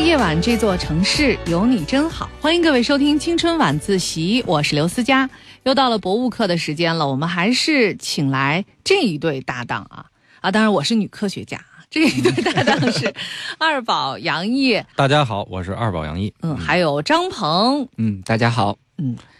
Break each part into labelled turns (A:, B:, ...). A: 夜晚这座城市有你真好，欢迎各位收听青春晚自习，我是刘思佳。又到了博物课的时间了，我们还是请来这一对搭档啊啊！当然我是女科学家，这一对搭档是二宝杨毅，
B: 大家好，我是二宝杨毅。
A: 嗯，还有张鹏，
C: 嗯，大家好，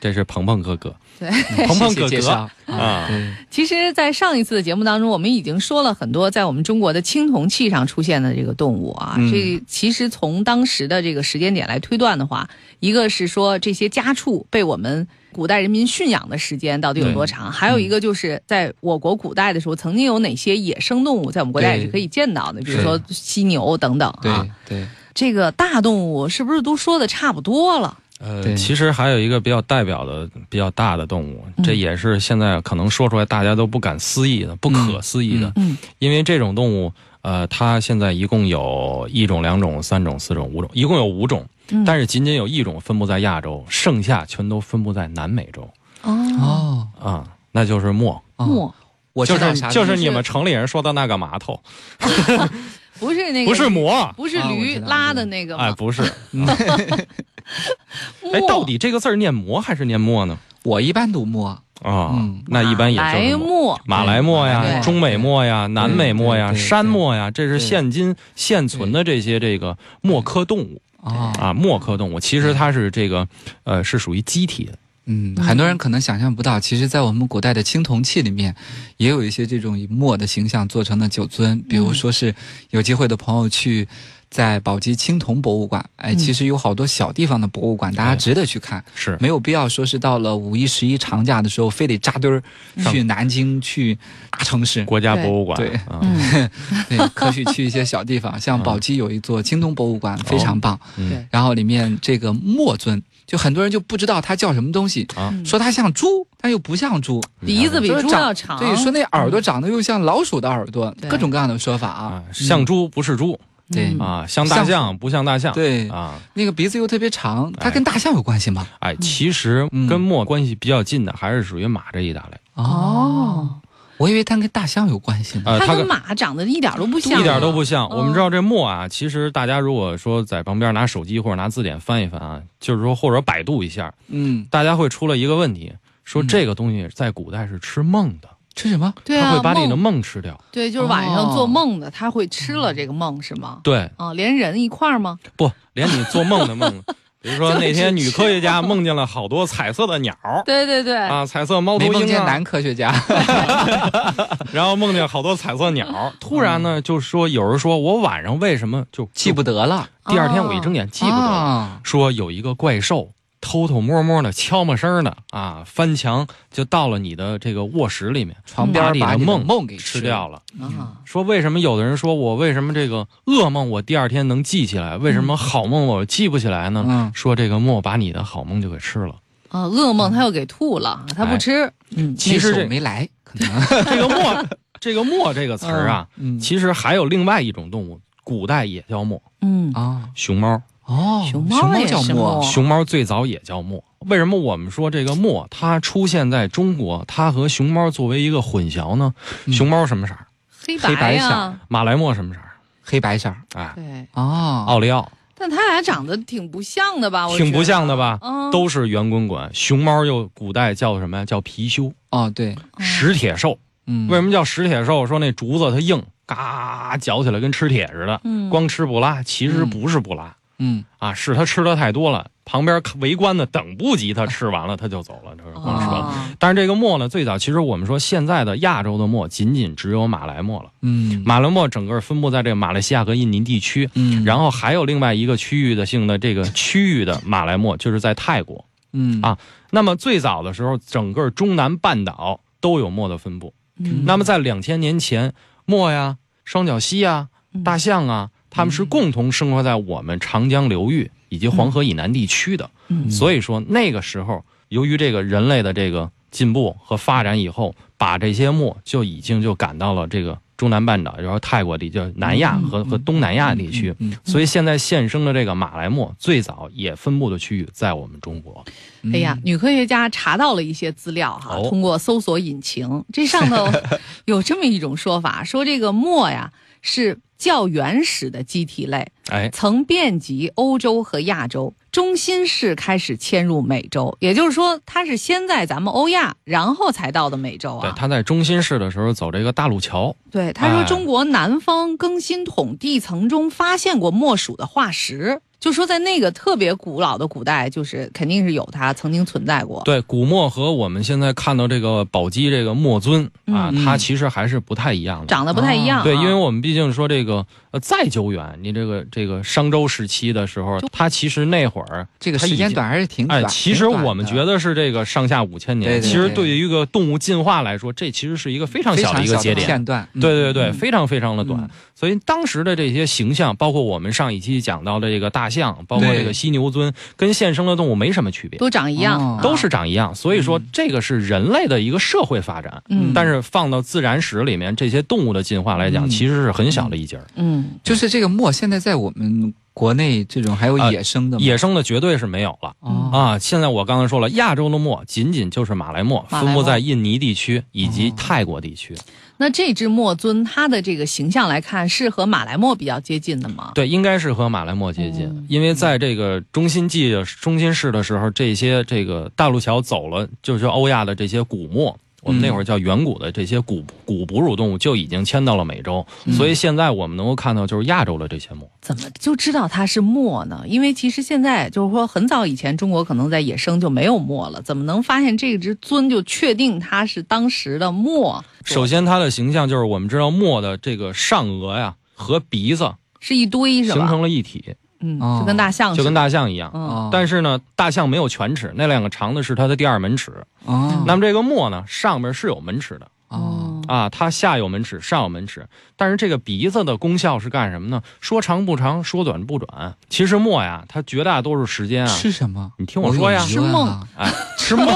B: 这是鹏鹏哥哥，
A: 对
B: 嗯 鹏鹏
C: 谢
B: 哥
C: 谢介
B: 哥
C: 绍，
B: 啊，
C: 嗯，
A: 其实，在上一次的节目当中，我们已经说了很多在我们中国的青铜器上出现的这个动物啊。
B: 嗯
A: 这其实从当时的这个时间点来推断的话，一个是说这些家畜被我们古代人民驯养的时间到底有多长，还有一个就是在我国古代的时候，曾经有哪些野生动物在我们国家也是可以见到的，比如说犀牛等等
C: 对
A: 啊。
C: 对，
A: 这个大动物是不是都说的差不多了？
B: 呃，
C: 对
B: 其实还有一个比较代表的、比较大的动物，
A: 嗯
B: 这也是现在可能说出来大家都不敢思议的、不可思议的，
A: 嗯
B: 因为这种动物，呃，它现在一共有一种、两种、三种、四种、五种，一共有五种，
A: 嗯
B: 但是仅仅有一种分布在亚洲，剩下全都分布在南美洲
A: 哦，
C: 哦，
B: 啊、那就是墨，
C: 哦，
A: 墨
C: 我
B: 就
C: 知道
B: 是
C: 啥意思
B: 就是你们城里人说的那个码头，
A: 不是那个，
B: 不是魔，
A: 不是
C: 啊我
A: 驴
C: 知道
A: 拉的那个
B: 哎，
A: 吗？
B: 不是，哎，
A: 墨
B: 到底这个字儿念魔还是念墨呢？
C: 我一般读墨，
B: 啊、
C: 嗯
B: 那一般也
A: 马来
B: 就是墨
A: 貘
B: 马来墨
A: 马来
B: 呀、
A: 貘
B: 中美墨呀、南美墨呀、
C: 对对对
B: 山墨呀，这是
C: 对
B: 现今现存的这些这个墨科动物
C: 哦，
B: 啊，墨科动物其实它是这个呃是属于机体的，
C: 嗯，很多人可能想象不到，其实，在我们古代的青铜器里面，也有一些这种以墨的形象做成的酒樽，
B: 嗯
C: 比如说是有机会的朋友去。在宝鸡青铜博物馆，哎，
A: 嗯
C: 其实有好多小地方的博物馆，大家
B: 哎
C: 值得去看，
B: 是
C: 没有必要说是到了五一、十一长假的时候，非得扎堆儿
B: 嗯
C: 去南京、去大城市。
B: 国家博物馆
C: 对
B: 啊，
A: 嗯，
C: 对，可以去一些小地方，像宝鸡有一座青铜博物馆，非常棒。
B: 嗯
C: 然后里面这个墨尊，就很多人就不知道它叫什么东西，
B: 啊
A: 嗯
C: 说它像猪，它又不像猪，
A: 鼻子比
C: 说
A: 猪
C: 长
A: 要长，
C: 对，说那耳朵长得又像老鼠的耳朵
A: 啊对，
C: 各种各样的说法
B: 嗯啊
C: 啊，，嗯
B: 像猪不是猪
C: 对
A: 嗯
B: 啊，像大象不像大象，
C: 对，
B: 啊，
C: 那个鼻子又特别长，它
B: 哎
C: 跟大象有关系吗？
B: 哎，其实
C: 嗯
B: 跟墨关系比较近的还是属于马这一大类，
A: 哦，
C: 我以为它跟大象有关系呢。
B: 呃，
A: 它
B: 它
A: 跟
B: 跟
A: 马长得一点都不像，
B: 一点都不像。
A: 嗯
B: 我们知道这墨啊，其实大家如果说在旁边拿手机或者拿字典翻一翻啊，就是说或者百度一下，
C: 嗯，
B: 大家会出了一个问题，说
C: 嗯
B: 这个东西在古代是吃梦的，
C: 吃什么？
A: 对
B: 它
A: 啊，
B: 会把你的
A: 梦
B: 梦吃掉。
A: 对，就是晚上做梦的，他会吃了这个梦是吗？
B: 对，
A: 啊，连人一块儿吗？
B: 不连你做梦 的梦，比如说那天女科学家梦见了好多彩色的鸟儿
A: 对对 对，
B: 啊，彩色猫头
C: 没梦
B: 鹰
C: 见
B: 啊，
C: 男科学 家，
B: 然后梦见好多彩色鸟儿。突然呢，就说有人说我晚上为什么就
C: 嗯记不得了，
B: 第二
A: 哦
B: 天我一睁眼 记不得了。
C: 啊
B: 说有一个怪兽偷偷摸摸的、悄没声儿的啊，翻墙就到了你的这个卧室里面，
C: 床边儿
B: 把你
C: 把
B: 的
C: 你的
B: 梦
C: 梦给
B: 吃掉了。
A: 啊，
B: 说为什么有的人说我为什么这个噩梦我第二天能记起来，为什么好梦我记不起来呢？
C: 嗯
B: 说这个墨把你的好梦就给吃了。
A: 啊，噩梦他又给吐了，他
B: 哎
A: 不吃，嗯，
B: 其实
C: 那手
B: 这
C: 没来，可能
B: 这 个墨，这个墨这个词儿啊，
C: 嗯
B: 其实还有另外一种动物，古代也叫墨，
A: 嗯，
C: 啊
B: 熊猫。
C: 哦，
A: 熊猫
C: 猫
A: 也
C: 叫
A: 是
C: 墨
A: 墨，
B: 熊猫最早也叫墨，为什么我们说这个墨它出现在中国，它和熊猫作为一个混淆呢？
C: 嗯
B: 熊猫什么色儿？
A: 黑
C: 黑白
A: 呀，
B: 马来貘什么色儿？
C: 黑白色儿
B: 哎，
A: 对，
C: 哦
B: 奥利奥
A: 但他俩长得挺不像的啊吧？我
B: 挺
A: 觉
B: 不
A: 得，
B: 像的吧？
A: 嗯，
B: 都是圆滚滚。熊猫又古代叫什么呀？叫貔貅、
C: 哦对，
A: 嗯
B: 石铁兽。
C: 嗯，
B: 为什么叫石铁兽？说那竹子它硬，嘎嚼起来跟吃铁似的，
A: 嗯，
B: 光吃不拉。其实
C: 嗯
B: 不是不拉
C: 嗯
B: 啊，是它吃的太多了，旁边围观的等不及它吃完了，它就走了，这是光吃完了。
A: 啊
B: 但是这个墨呢，最早其实我们说现在的亚洲的墨，仅仅只有马来墨了。
C: 嗯
B: 马来墨整个分布在这个马来西亚和印尼地区，
C: 嗯，
B: 然后还有另外一个区域的性的这个区域的马来墨，就是在泰国。
C: 嗯
B: 啊那么最早的时候，整个中南半岛都有墨的分布。
A: 嗯
B: 那么在两千年前，墨呀、双脚蜥呀、
A: 嗯
B: 大象啊，它们
C: 嗯
B: 是共同生活在我们长江流域以及黄河以南地区的。
A: 嗯
B: 所以说那个时候，由于这个人类的这个进步和发展以后，把这些墨就已经就赶到了这个中南半岛，然后泰国地，就是南亚
A: 嗯
B: 和、
C: 嗯
B: 和东南亚地区。
C: 嗯，
B: 所以现在现生的这个马来墨，最早也分布的区域在我们中国。
C: 嗯
A: 哎呀，，女科学家查到了一些资料哈，
B: 哦
A: 通过搜索引擎，这上头 有这么一种说法，说这个墨呀是较原始的机体类，
B: 哎，
A: 曾遍及欧洲和亚洲，中心式开始迁入美洲，也就是说，它是先在咱们欧亚，然后才到的美洲
B: 对，
A: 啊。
B: 他在中心市的时候走这个大路桥，
A: 对，他说
B: 哎
A: 中国南方更新桶地层中发现过莫属的化石，就说在那个特别古老的古代，就是肯定是有它曾经存在过。
B: 对，古墨和我们现在看到这个宝鸡这个墨尊啊，
C: 嗯
B: 它其实还是不太一样的。
A: 长得不太一样、啊
B: 哦对，因为我们毕竟说这个呃再久远，你这个这个商周时期的时候
A: 就，
B: 它其实那会儿
C: 这个
B: 它
C: 时
B: 已
C: 间
B: 经
C: 短还是挺
B: 哎
C: 短。，
B: 其实我们觉
C: 得
B: 得是这个上下五千年，
C: 对对
B: 其实
C: 对
B: 对于一个动物进化来说，这其实是一个非常
C: 非
B: 小
C: 常
B: 的一个节点。
C: 片段，嗯
B: 对对对，
C: 嗯
B: 非常非常的短，
C: 嗯
B: 所以当时的这些形象，包括我们上一期讲到的这个大象，包括
C: 对
B: 这个犀牛尊，跟现生的动物没什么区别，
A: 都长一样，
C: 哦
A: 啊
B: 都是长一样。所以说，
C: 嗯
B: 这个是人类的一个社会发展，
A: 嗯，
B: 但是放到自然史里面，这些动物的进化来讲，
C: 嗯
B: 其实是很小的一截儿。
A: 嗯，
C: 就是这个墨现在在我们国内这种还有
B: 呃
C: 野生的吗
B: 野生的绝对是没有了。
C: 哦
B: 啊，现在我刚才说了，亚洲的墨仅仅就是马来墨，
A: 马来
B: 分布
A: 貘
B: 在印尼地区以及
C: 哦
B: 泰国地区。
A: 那这只墨尊它的这个形象来看，是和马来貘比较接近的吗？
B: 对，应该是和马来貘接近，
C: 哦
A: 嗯
B: 因为在这个中心纪的中心市的时候，这些这个大陆桥走了，就是欧亚的这些古
C: 嗯
B: 墨。我们那会儿叫远古的这些古古哺乳动物就已经迁到了美洲，
C: 嗯
B: 所以现在我们能够看到就是亚洲的这些墨。
A: 怎么就知道它是墨呢？因为其实现在就是说，很早以前中国可能在野生就没有墨了，怎么能发现这只尊就确定它是当时的墨？
B: 首先，它的形象就是我们知道墨的这个上额呀和鼻子
A: 是一堆是
B: 形
A: 吧？
B: 成了一体，
A: 嗯，
C: 哦
A: 就跟大象似的，
B: 就跟哦大象一样。
A: 嗯，
B: 但是呢，大象没有犬齿，那两个长的是它的第二门齿。
C: 哦，
B: 那么嗯这个墨呢，上面是有门齿的。
C: 哦，
B: 啊，它下有门齿，上有门齿，但是这个鼻子的功效是干什么呢？说长不长，说短不短。其实墨呀，它绝大多数时间啊，
C: 吃什么？
B: 你听我说呀
C: 有，疑
A: 是
C: 问
A: 梦
C: 啊
B: 哎，吃 梦，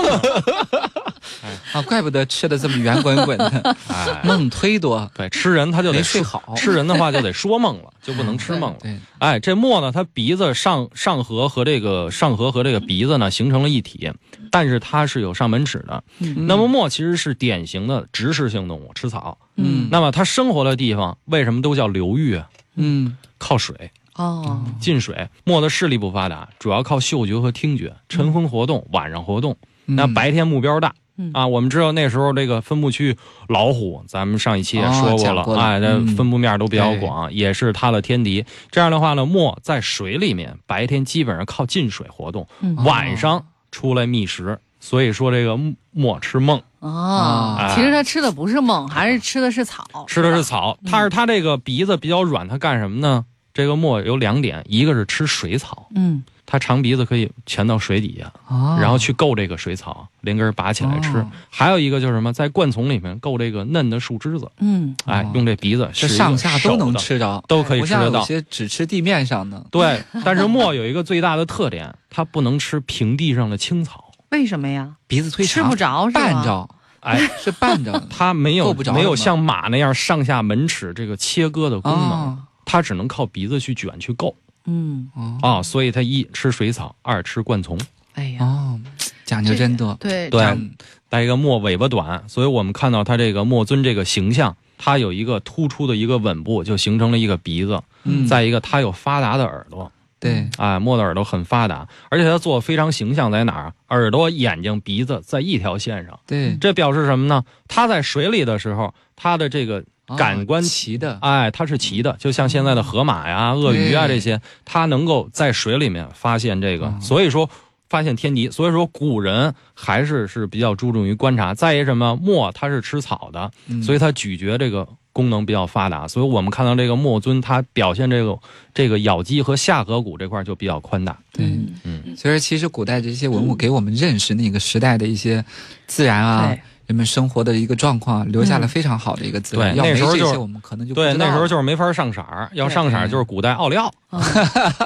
C: 啊，怪不得吃的这么圆滚滚的，
B: 哎，
C: 梦忒多，
B: 对，吃人它就
C: 没
B: 得
C: 睡
B: 说
C: 好，
B: 吃人的话就得说梦了，就不能吃梦了。
C: 对，
B: 哎，这墨呢，它鼻子上上颌和这个上颌和这个鼻子呢形成了一体，但是它是有上门齿的。
A: 嗯
B: 那么墨其实是典型的植食性动物，吃草。
A: 嗯
B: 那么它生活的地方为什么都叫流域啊？
C: 嗯，
B: 靠水。
A: 哦，
B: 进水，墨的视力不发达，主要靠嗅觉和听觉，晨风活动，晚上活动。
C: 嗯
B: 那白天目标大
A: 嗯
B: 啊，我们知道那时候这个分布区老虎，咱们上一期也说过
C: 哦
B: 了
C: 讲，过了
B: 哎，这
C: 嗯
B: 分布面都比较广，也是它的天敌。这样的话呢，墨在水里面，白天基本上靠进水活动，
C: 哦
A: 嗯
B: 晚上出来觅食。所以说这个墨吃梦，
A: 哦，
B: 哎
A: 其实它吃的不是梦，还是吃的是草，
C: 哦
B: 吃的是草，
C: 嗯
B: 它是它这个鼻子比较软，它干什么呢？这个墨有两点，一个是吃水草，
A: 嗯，
B: 它长鼻子可以潜到水底下。
C: 哦，
B: 然后去够这个水草，连根儿拔起来吃。
C: 哦
B: 还有一个就是什么，在灌丛里面够这个嫩的树枝子，
A: 嗯
B: 哎
C: 哦，
B: 用这鼻子
C: 这
B: 使一个
C: 上下都
B: 手
C: 能
B: 的，
C: 吃哎着，
B: 都可以
C: 不
B: 吃得
C: 像有
B: 到。
C: 些只吃地面上的，
B: 对，但是墨有一个最大的特点，它不能吃平地上的青草，
A: 为什么呀？
C: 鼻子忒
A: 吃
C: 长
A: 不，着是吧？
C: 绊着
B: 哎，
C: 是绊 着的
B: 它没有
C: 够不着
B: 没有
C: 是吗
B: 像马那样上下门齿这个切割的功能，
C: 哦
B: 它只能靠鼻子去卷去够
A: 嗯，
C: 哦
B: 啊、所以它一吃水草，二吃灌丛。
A: 哎呀，
C: 哦，讲究真多，
A: 对
B: 对
A: 长
B: 再一个墨尾巴短，所以我们看到它这个墨尊这个形象，它有一个突出的一个吻部，就形成了一个鼻子。
C: 嗯，
B: 再一个，它有发达的耳朵，
C: 对，
B: 啊，墨的耳朵很发达，而且它做得非常形象，在哪儿？啊耳朵、眼睛、鼻子在一条线上，
C: 对，
B: 这表示什么呢？它在水里的时候，它的这个
C: 哦
B: 感官
C: 齐的，
B: 哎，它是齐的，就像现在的河马呀、鳄鱼啊
C: 对
B: 这些，它能够在水里面发现这个
C: 嗯，
B: 所以说发现天敌。所以说古人还是是比较注重于观察。再一什么，墨它是吃草的，所以
C: 以
B: 它咀嚼这个功能比较发达。所以我们看到这个墨尊，它表现这个这个咬肌和下颌骨这块就比较宽大。
C: 对。
A: 嗯
C: 所以说，其实古代这些文物
B: 嗯
C: 给我们认识那个时代的一些自然啊，
A: 嗯对
C: 人们生活的一个状况，啊留下了非常好的一个资料。
B: 嗯对
C: 要没
B: 那时候
C: 这
B: 就
C: 些，
B: 是
C: 我们可能就不
B: 对，
C: 知道
B: 那时候
C: 了
B: 就是没法上色儿，要
A: 对
B: 上色儿就是古代奥利奥。
A: 嗯，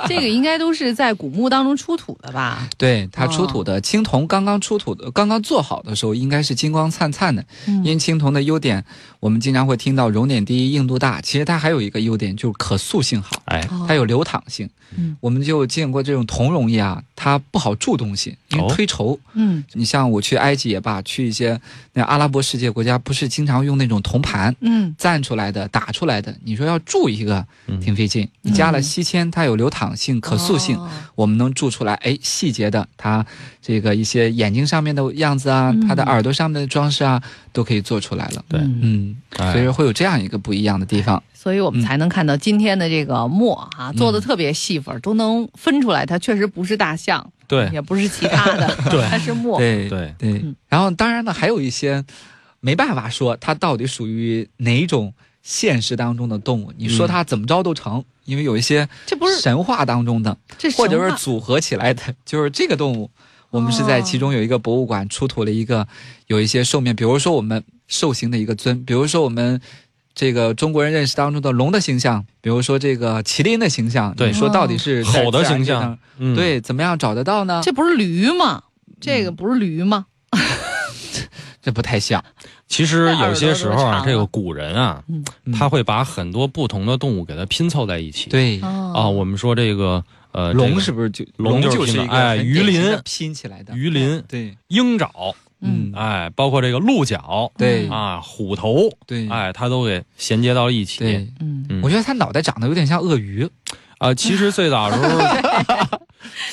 A: 这个应该都是在古墓当中出土的吧？
C: 对它
A: 哦
C: 出土的青铜刚刚出土的，刚刚做好的时候，应该是金光灿灿的。
A: 嗯
C: 因为青铜的优点，我们经常会听到熔点低、硬度大，其实它还有一个优点就是可塑性好，
B: 哎，
A: 哦
C: 它有流淌性。
A: 嗯
C: 我们就见过这种铜溶液啊，它不好铸东西，因为
B: 哦
C: 忒稠。
A: 嗯
C: 你像我去埃及也罢，去一些那阿拉伯世界国家，不是经常用那种铜盘
A: 嗯
C: 赞出来的、打出来的，你说要铸一个
B: 嗯
C: 挺费劲。你加了锡铅，它有流淌性、可塑性，
A: 哦
C: 我们能铸出来。哎，细节的，它这个一些眼睛上面的样子啊，
A: 嗯
C: 它的耳朵上面的装饰啊，都可以做出来了。
B: 对
A: 嗯
C: 嗯，
B: 哎
C: 所以说会有这样一个不一样的地方。
A: 所以我们才能看到今天的这个墨啊，做
C: 嗯
A: 的特别细粉，都能分出来，它确实不是大象，
B: 对
A: 也不是其他的，
B: 对
A: 它是墨。
C: 对
B: 对，
C: 对
A: 嗯，
C: 然后当然呢，还有一些没办法说它到底属于哪种现实当中的动物，你说它怎么着都成，因为有一些
A: 这嗯不是
C: 神话当中的，
A: 这
C: 或者
A: 神
C: 是
A: 话
C: 组合起来的，就是这个动物。我们是
A: 哦
C: 在其中有一个博物馆出土了一个有一些兽面，比如说我们兽形的一个尊，比如说我们这个中国人认识当中的龙的形象，比如说这个麒麟的形象，
B: 对
C: 你说到底是在
B: 吼的
C: 自然
B: 形
C: 界
B: 象
C: 当中，
B: 嗯，
C: 对，怎么样找得到呢？
A: 哦这不是驴吗？这
C: 嗯
A: 个不是驴吗？
C: 这不太像，
A: 哦
B: 其实有些时候
A: 那耳朵都长
B: 啊，
A: 了
B: 这个古人啊，
A: 嗯
C: 嗯
B: 他会把很多不同的动物给它拼凑在一起。
C: 对，
B: 啊，
A: 哦，
B: 我们说这个呃，这
C: 龙
B: 个
C: 是不是就
B: 龙就是
C: 就
B: 拼
C: 是
B: 的
C: 一个
B: 哎
C: 很
B: 鱼
C: 典型
B: 鳞
C: 的拼起来的？
B: 鱼鳞、
C: 对，
B: 鹰爪，
A: 嗯
B: 哎，包括这个鹿角
C: 对
A: 嗯
B: 啊、虎头，
C: 对
B: 哎，它都给衔接到一起。
C: 对，
A: 嗯
B: 嗯
C: 我觉得它脑袋长得有点像鳄鱼，
B: 啊，其实最早的时候，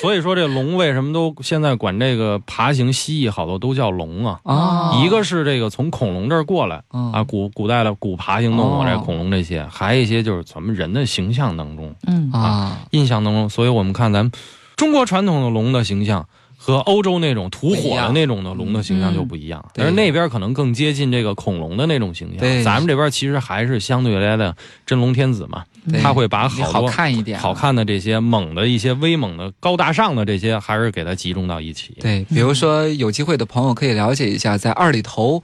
B: 所以说这龙为什么都现在管这个爬行蜥蜴好多都叫龙啊？
A: 哦
B: 一个是这个从恐龙这儿过来啊，
C: 啊
B: 古古代的古爬行动物
C: 哦
B: 这恐龙这些，还有一些就是咱们人的形象当中、
A: 嗯
C: 啊，
B: 印象当中，所以我们看咱们中国传统的龙的形象。和欧洲那种吐
C: 不一
B: 火的
C: 样嗯
B: 那种的龙的形象就不一样，但是
C: 对
B: 那边可能更接近这个恐龙的那种形象。
C: 对
B: 咱们这边其实还是相对来的真龙天子嘛，
A: 嗯
C: 对
B: 他会把
C: 嗯你
B: 好
C: 好
B: 多
C: 看一点，啊
B: 好。看的这些猛的一些威猛的高大上的这些，还是给它集中到一嗯起。
C: 对，比如说有机会的朋友可以了解一下，在二里头，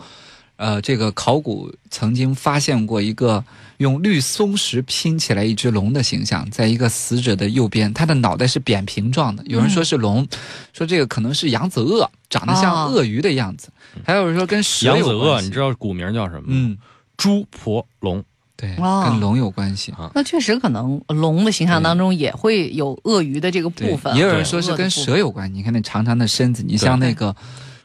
C: 呃，这个考古曾经发现过一个用绿松石拼起来一只龙的形象，在一个死者的右边，它的脑袋是扁平状的。有人说
A: 嗯
C: 是龙，说这个可能是扬子鳄，长得像
A: 哦
C: 鳄鱼的样子。还有人说跟
B: 嗯
C: 蛇
B: 扬
C: 有
B: 子鳄，
C: 关系
B: 你知道古名叫什么吗？
C: 嗯，
B: 猪婆龙。
C: 对，
A: 哦
C: 跟龙有关系。
A: 那确实可能龙的形象当中也会有鳄鱼的这个
C: 对
A: 部分，
C: 也有
A: 鳄
C: 人
A: 的
C: 说是跟
A: 部分
C: 蛇有关系。你看那长长的身子，你像
A: 对
C: 那个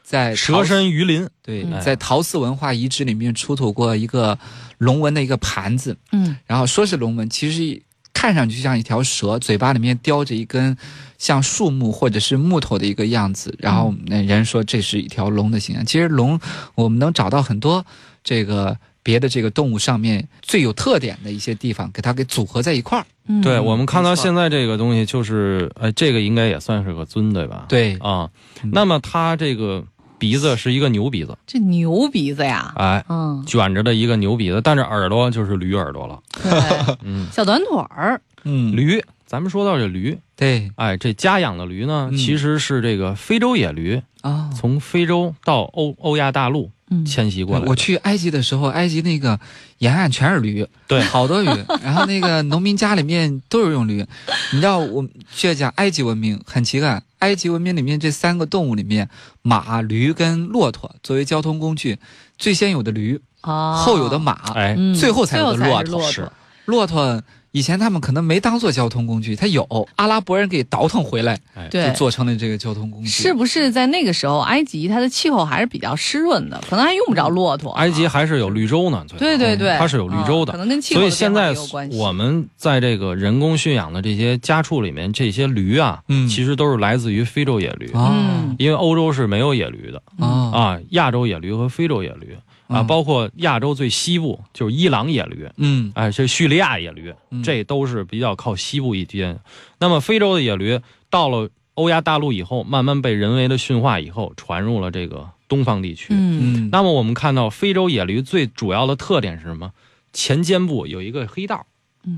C: 在
B: 蛇
C: 陶
B: 身鱼鳞，
C: 对，
A: 嗯
C: 在陶寺文化遗址里面出土过一个龙纹的一个盘子，
A: 嗯
C: 然后说是龙纹，其实看上去像一条蛇，嘴巴里面叼着一根像树木或者是木头的一个样子。然后那人说这是一条龙的形象。其实龙，我们能找到很多这个别的这个动物上面最有特点的一些地方，给它给组合在一块儿。
A: 嗯，
B: 对我们看到
C: 没错
B: 现在这个东西，就是哎，这个应该也算是个尊对吧？
C: 对
B: 啊
C: 嗯，
B: 那么它这个鼻子是一个牛鼻子，
A: 这牛鼻子呀，
B: 哎，
A: 嗯，
B: 卷着的一个牛鼻子，但是耳朵就是驴耳朵了。
A: 对，
B: 嗯，
A: 小短腿儿，
C: 嗯，
B: 驴，咱们说到这驴，
C: 对
B: 哎，这家养的驴呢，
C: 嗯
B: 其实是这个非洲野驴，
C: 啊，
B: 从非洲到欧欧亚大陆
A: 嗯，
B: 迁徙过来的。
C: 哎我去埃及的时候，埃及那个沿岸全是驴，
B: 对
C: 好多驴。然后那个农民家里面都是用驴。你知道，我去讲埃及文明很奇怪，埃及文明里面这三个动物里面，马、驴跟骆驼作为交通工具，最先有的驴，
A: 哦
C: 后有的，马，
B: 哎，
A: 嗯
C: 最后才有的
A: 最后
C: 骆
A: 才是
C: 驼
A: 骆
B: 是
C: 骆驼。以前他们可能没当做交通工具，它有阿拉伯人给倒腾回来，就
A: 对。
C: 做成了这个交通工具。
A: 是不是在那个时候，埃及它的气候还是比较湿润的，可能还用不着骆驼。
B: 嗯
A: 啊
B: 埃及还是有绿洲呢，
A: 对对对，
B: 它是有绿洲的
A: 嗯可能跟气候的
B: 所以现
A: 变化
B: 在
A: 也有关系。
B: 我们在这个人工驯养的这些家畜里面，这些驴啊，
C: 嗯
B: 其实都是来自于非洲野驴，
C: 啊
A: 嗯
B: 因为欧洲是没有野驴的
C: 啊
B: 啊，亚洲野驴和非洲野驴啊，
C: 嗯
B: 包括亚洲最西部就是伊朗野驴，
C: 嗯
B: 哎，这叙利亚野驴，
C: 嗯
B: 这都是比较靠西部一边。那么非洲的野驴到了欧亚大陆以后，慢慢被人为的驯化以后，传入了这个东方地区。
A: 嗯
C: 嗯
B: 那么我们看到非洲野驴最主要的特点是什么？前肩部有一个黑道，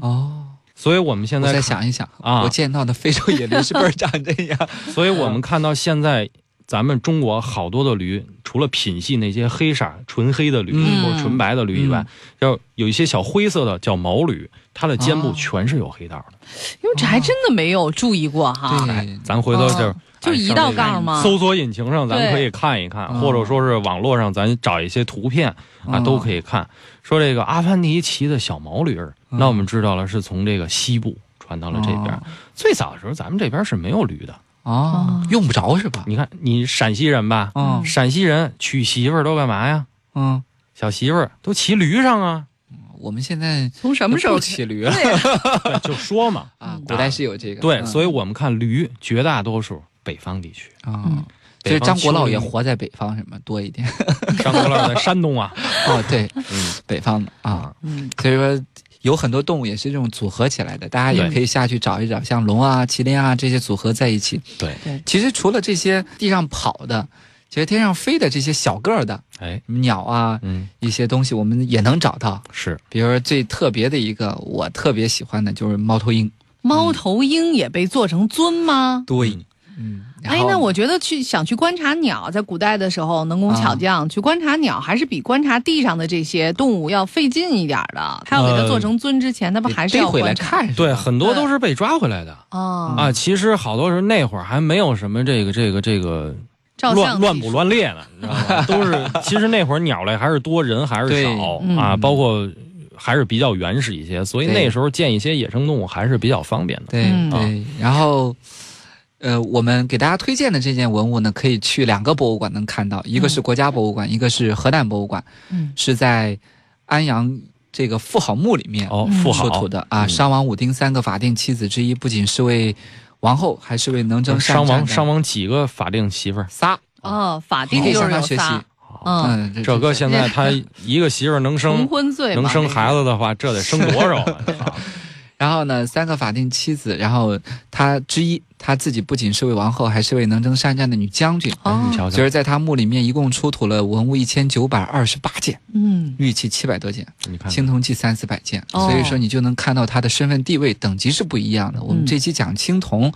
C: 哦。
B: 所以我们现
C: 我
B: 在
C: 再
B: 看，
C: 想一想
B: 啊
C: 我见到的非洲野驴是不是长这 样？
B: 所以我们看到现在咱们中国好多的驴，除了品系那些黑色儿纯黑的驴、
C: 嗯
B: 或者纯白的驴以外，要有一些小灰色的叫毛驴，它的肩部
C: 哦
B: 全是有黑道的。
A: 因为这还真的没有注意过哈。
C: 对，
B: 咱回头就、
A: 哦就一道杠吗
B: 哎搜索引擎上咱们
A: 对
B: 可以看一看，
C: 嗯
B: 或者说是网络上咱找一些图片啊，都可
C: 以。
B: 以看。说这个阿凡提骑的小毛驴儿，
C: 嗯
B: 那我们知道了是从这个西部传到了这边。
C: 哦
B: 最早的时候，咱们这边是没有驴的，
C: 啊
A: 哦，
C: 用不着是吧？
B: 你看，你陕西人吧，
C: 嗯
B: 陕西人娶媳妇儿都干嘛呀？
C: 嗯，
B: 小媳妇儿都骑驴上啊，
C: 我们现在
A: 从什么时候
C: 不
A: 起？
C: 骑驴了
A: 对呀
B: 对就说嘛，
C: 啊？
A: 嗯
C: 古代是有这个
B: 对，所
C: 以
B: 以我们看驴，绝大多数北方地 区，
C: 啊
A: 嗯，
C: 就是
B: 北方
C: 张国老
B: 丘陵
C: 也活在北方什么多一 点
B: 张国老在山东啊，
C: 哦，对，
B: 嗯
C: 北方的啊，
B: 啊，
A: 嗯，
C: 所以说有很多动物也是这种组合起来的，大家也
B: 对
C: 可以下去找一找，像龙啊、麒麟啊这些组合在一起。
B: 对，
C: 其实除了这些地上跑的，其实天上飞的这些小个儿的
B: 哎，
C: 鸟啊，
B: 嗯，
C: 一些东西我们也能找到。
B: 是
C: 比如说最特别的一个，我特别喜欢的就是猫头鹰。
A: 猫头鹰也被做成尊吗？
C: 对
B: 嗯
C: 嗯，然
A: 哎，
C: 后
A: 那我觉得去想去观察鸟，在古代的时候，能工巧
C: 啊
A: 匠、去观察鸟，还是比观察地上的这些动物要费劲一点儿的。他要给它做成尊之前，他不
C: 呃得
A: 还是要
C: 回来
A: 观察
C: 看是吧
B: 对，很多都是被抓回来的。
A: 哦，
B: 啊，其实好多时候那会儿还没有什么这个这个这个
A: 照
B: 乱
A: 相
B: 乱
A: 技
B: 捕
A: 术
B: 乱猎呢，你知道 吗？都是其实那会儿鸟类还是多，人还是
C: 对
B: 少
A: 嗯
B: 啊，包括还是比较原始一些，所以
C: 对
B: 那时候见一些野生动物还是比较方便的。
C: 对
A: 嗯
C: 对，然后。呃，我们给大家推荐的这件文物呢，可以去两个博物馆能看到，一个是国家博物馆，一个是河南博物馆，
A: 嗯
C: 是在安阳这个妇好墓里面
B: 哦，
A: 嗯
B: 富
C: 出
B: 好
C: 土的啊。
B: 嗯
C: 商王武丁三个法定妻子之一，不仅是位王后，还是位能征善
B: 商
C: 战
B: 王
C: 的
B: 商王几个法定媳妇儿？
C: 仨，
A: 哦，法定
C: 可以
A: 就是
C: 向他
A: 有
C: 学习。
A: 仨，嗯，
C: 嗯，
B: 这个现在他一个媳妇儿能
A: 成
B: 生
A: 婚罪嘛
B: 能生孩
A: 这
B: 子的话，这得生多少啊？啊
C: 然后呢，三个法定妻子，然后她之一，她自己不仅是位王后，还是位能征善战的女将军。
A: 个
B: 哎
A: 哦，
B: 你瞧
C: 就
B: 瞧，
C: 是在她墓里面，一共出土了文物一千九百二十八件，
A: 嗯，
C: 玉器七百多件，
B: 你看
C: 青铜器三四百件，
A: 哦
C: 所以说你就能看到她的身份地位等级是不一样的。
A: 嗯
C: 我们这期讲青铜，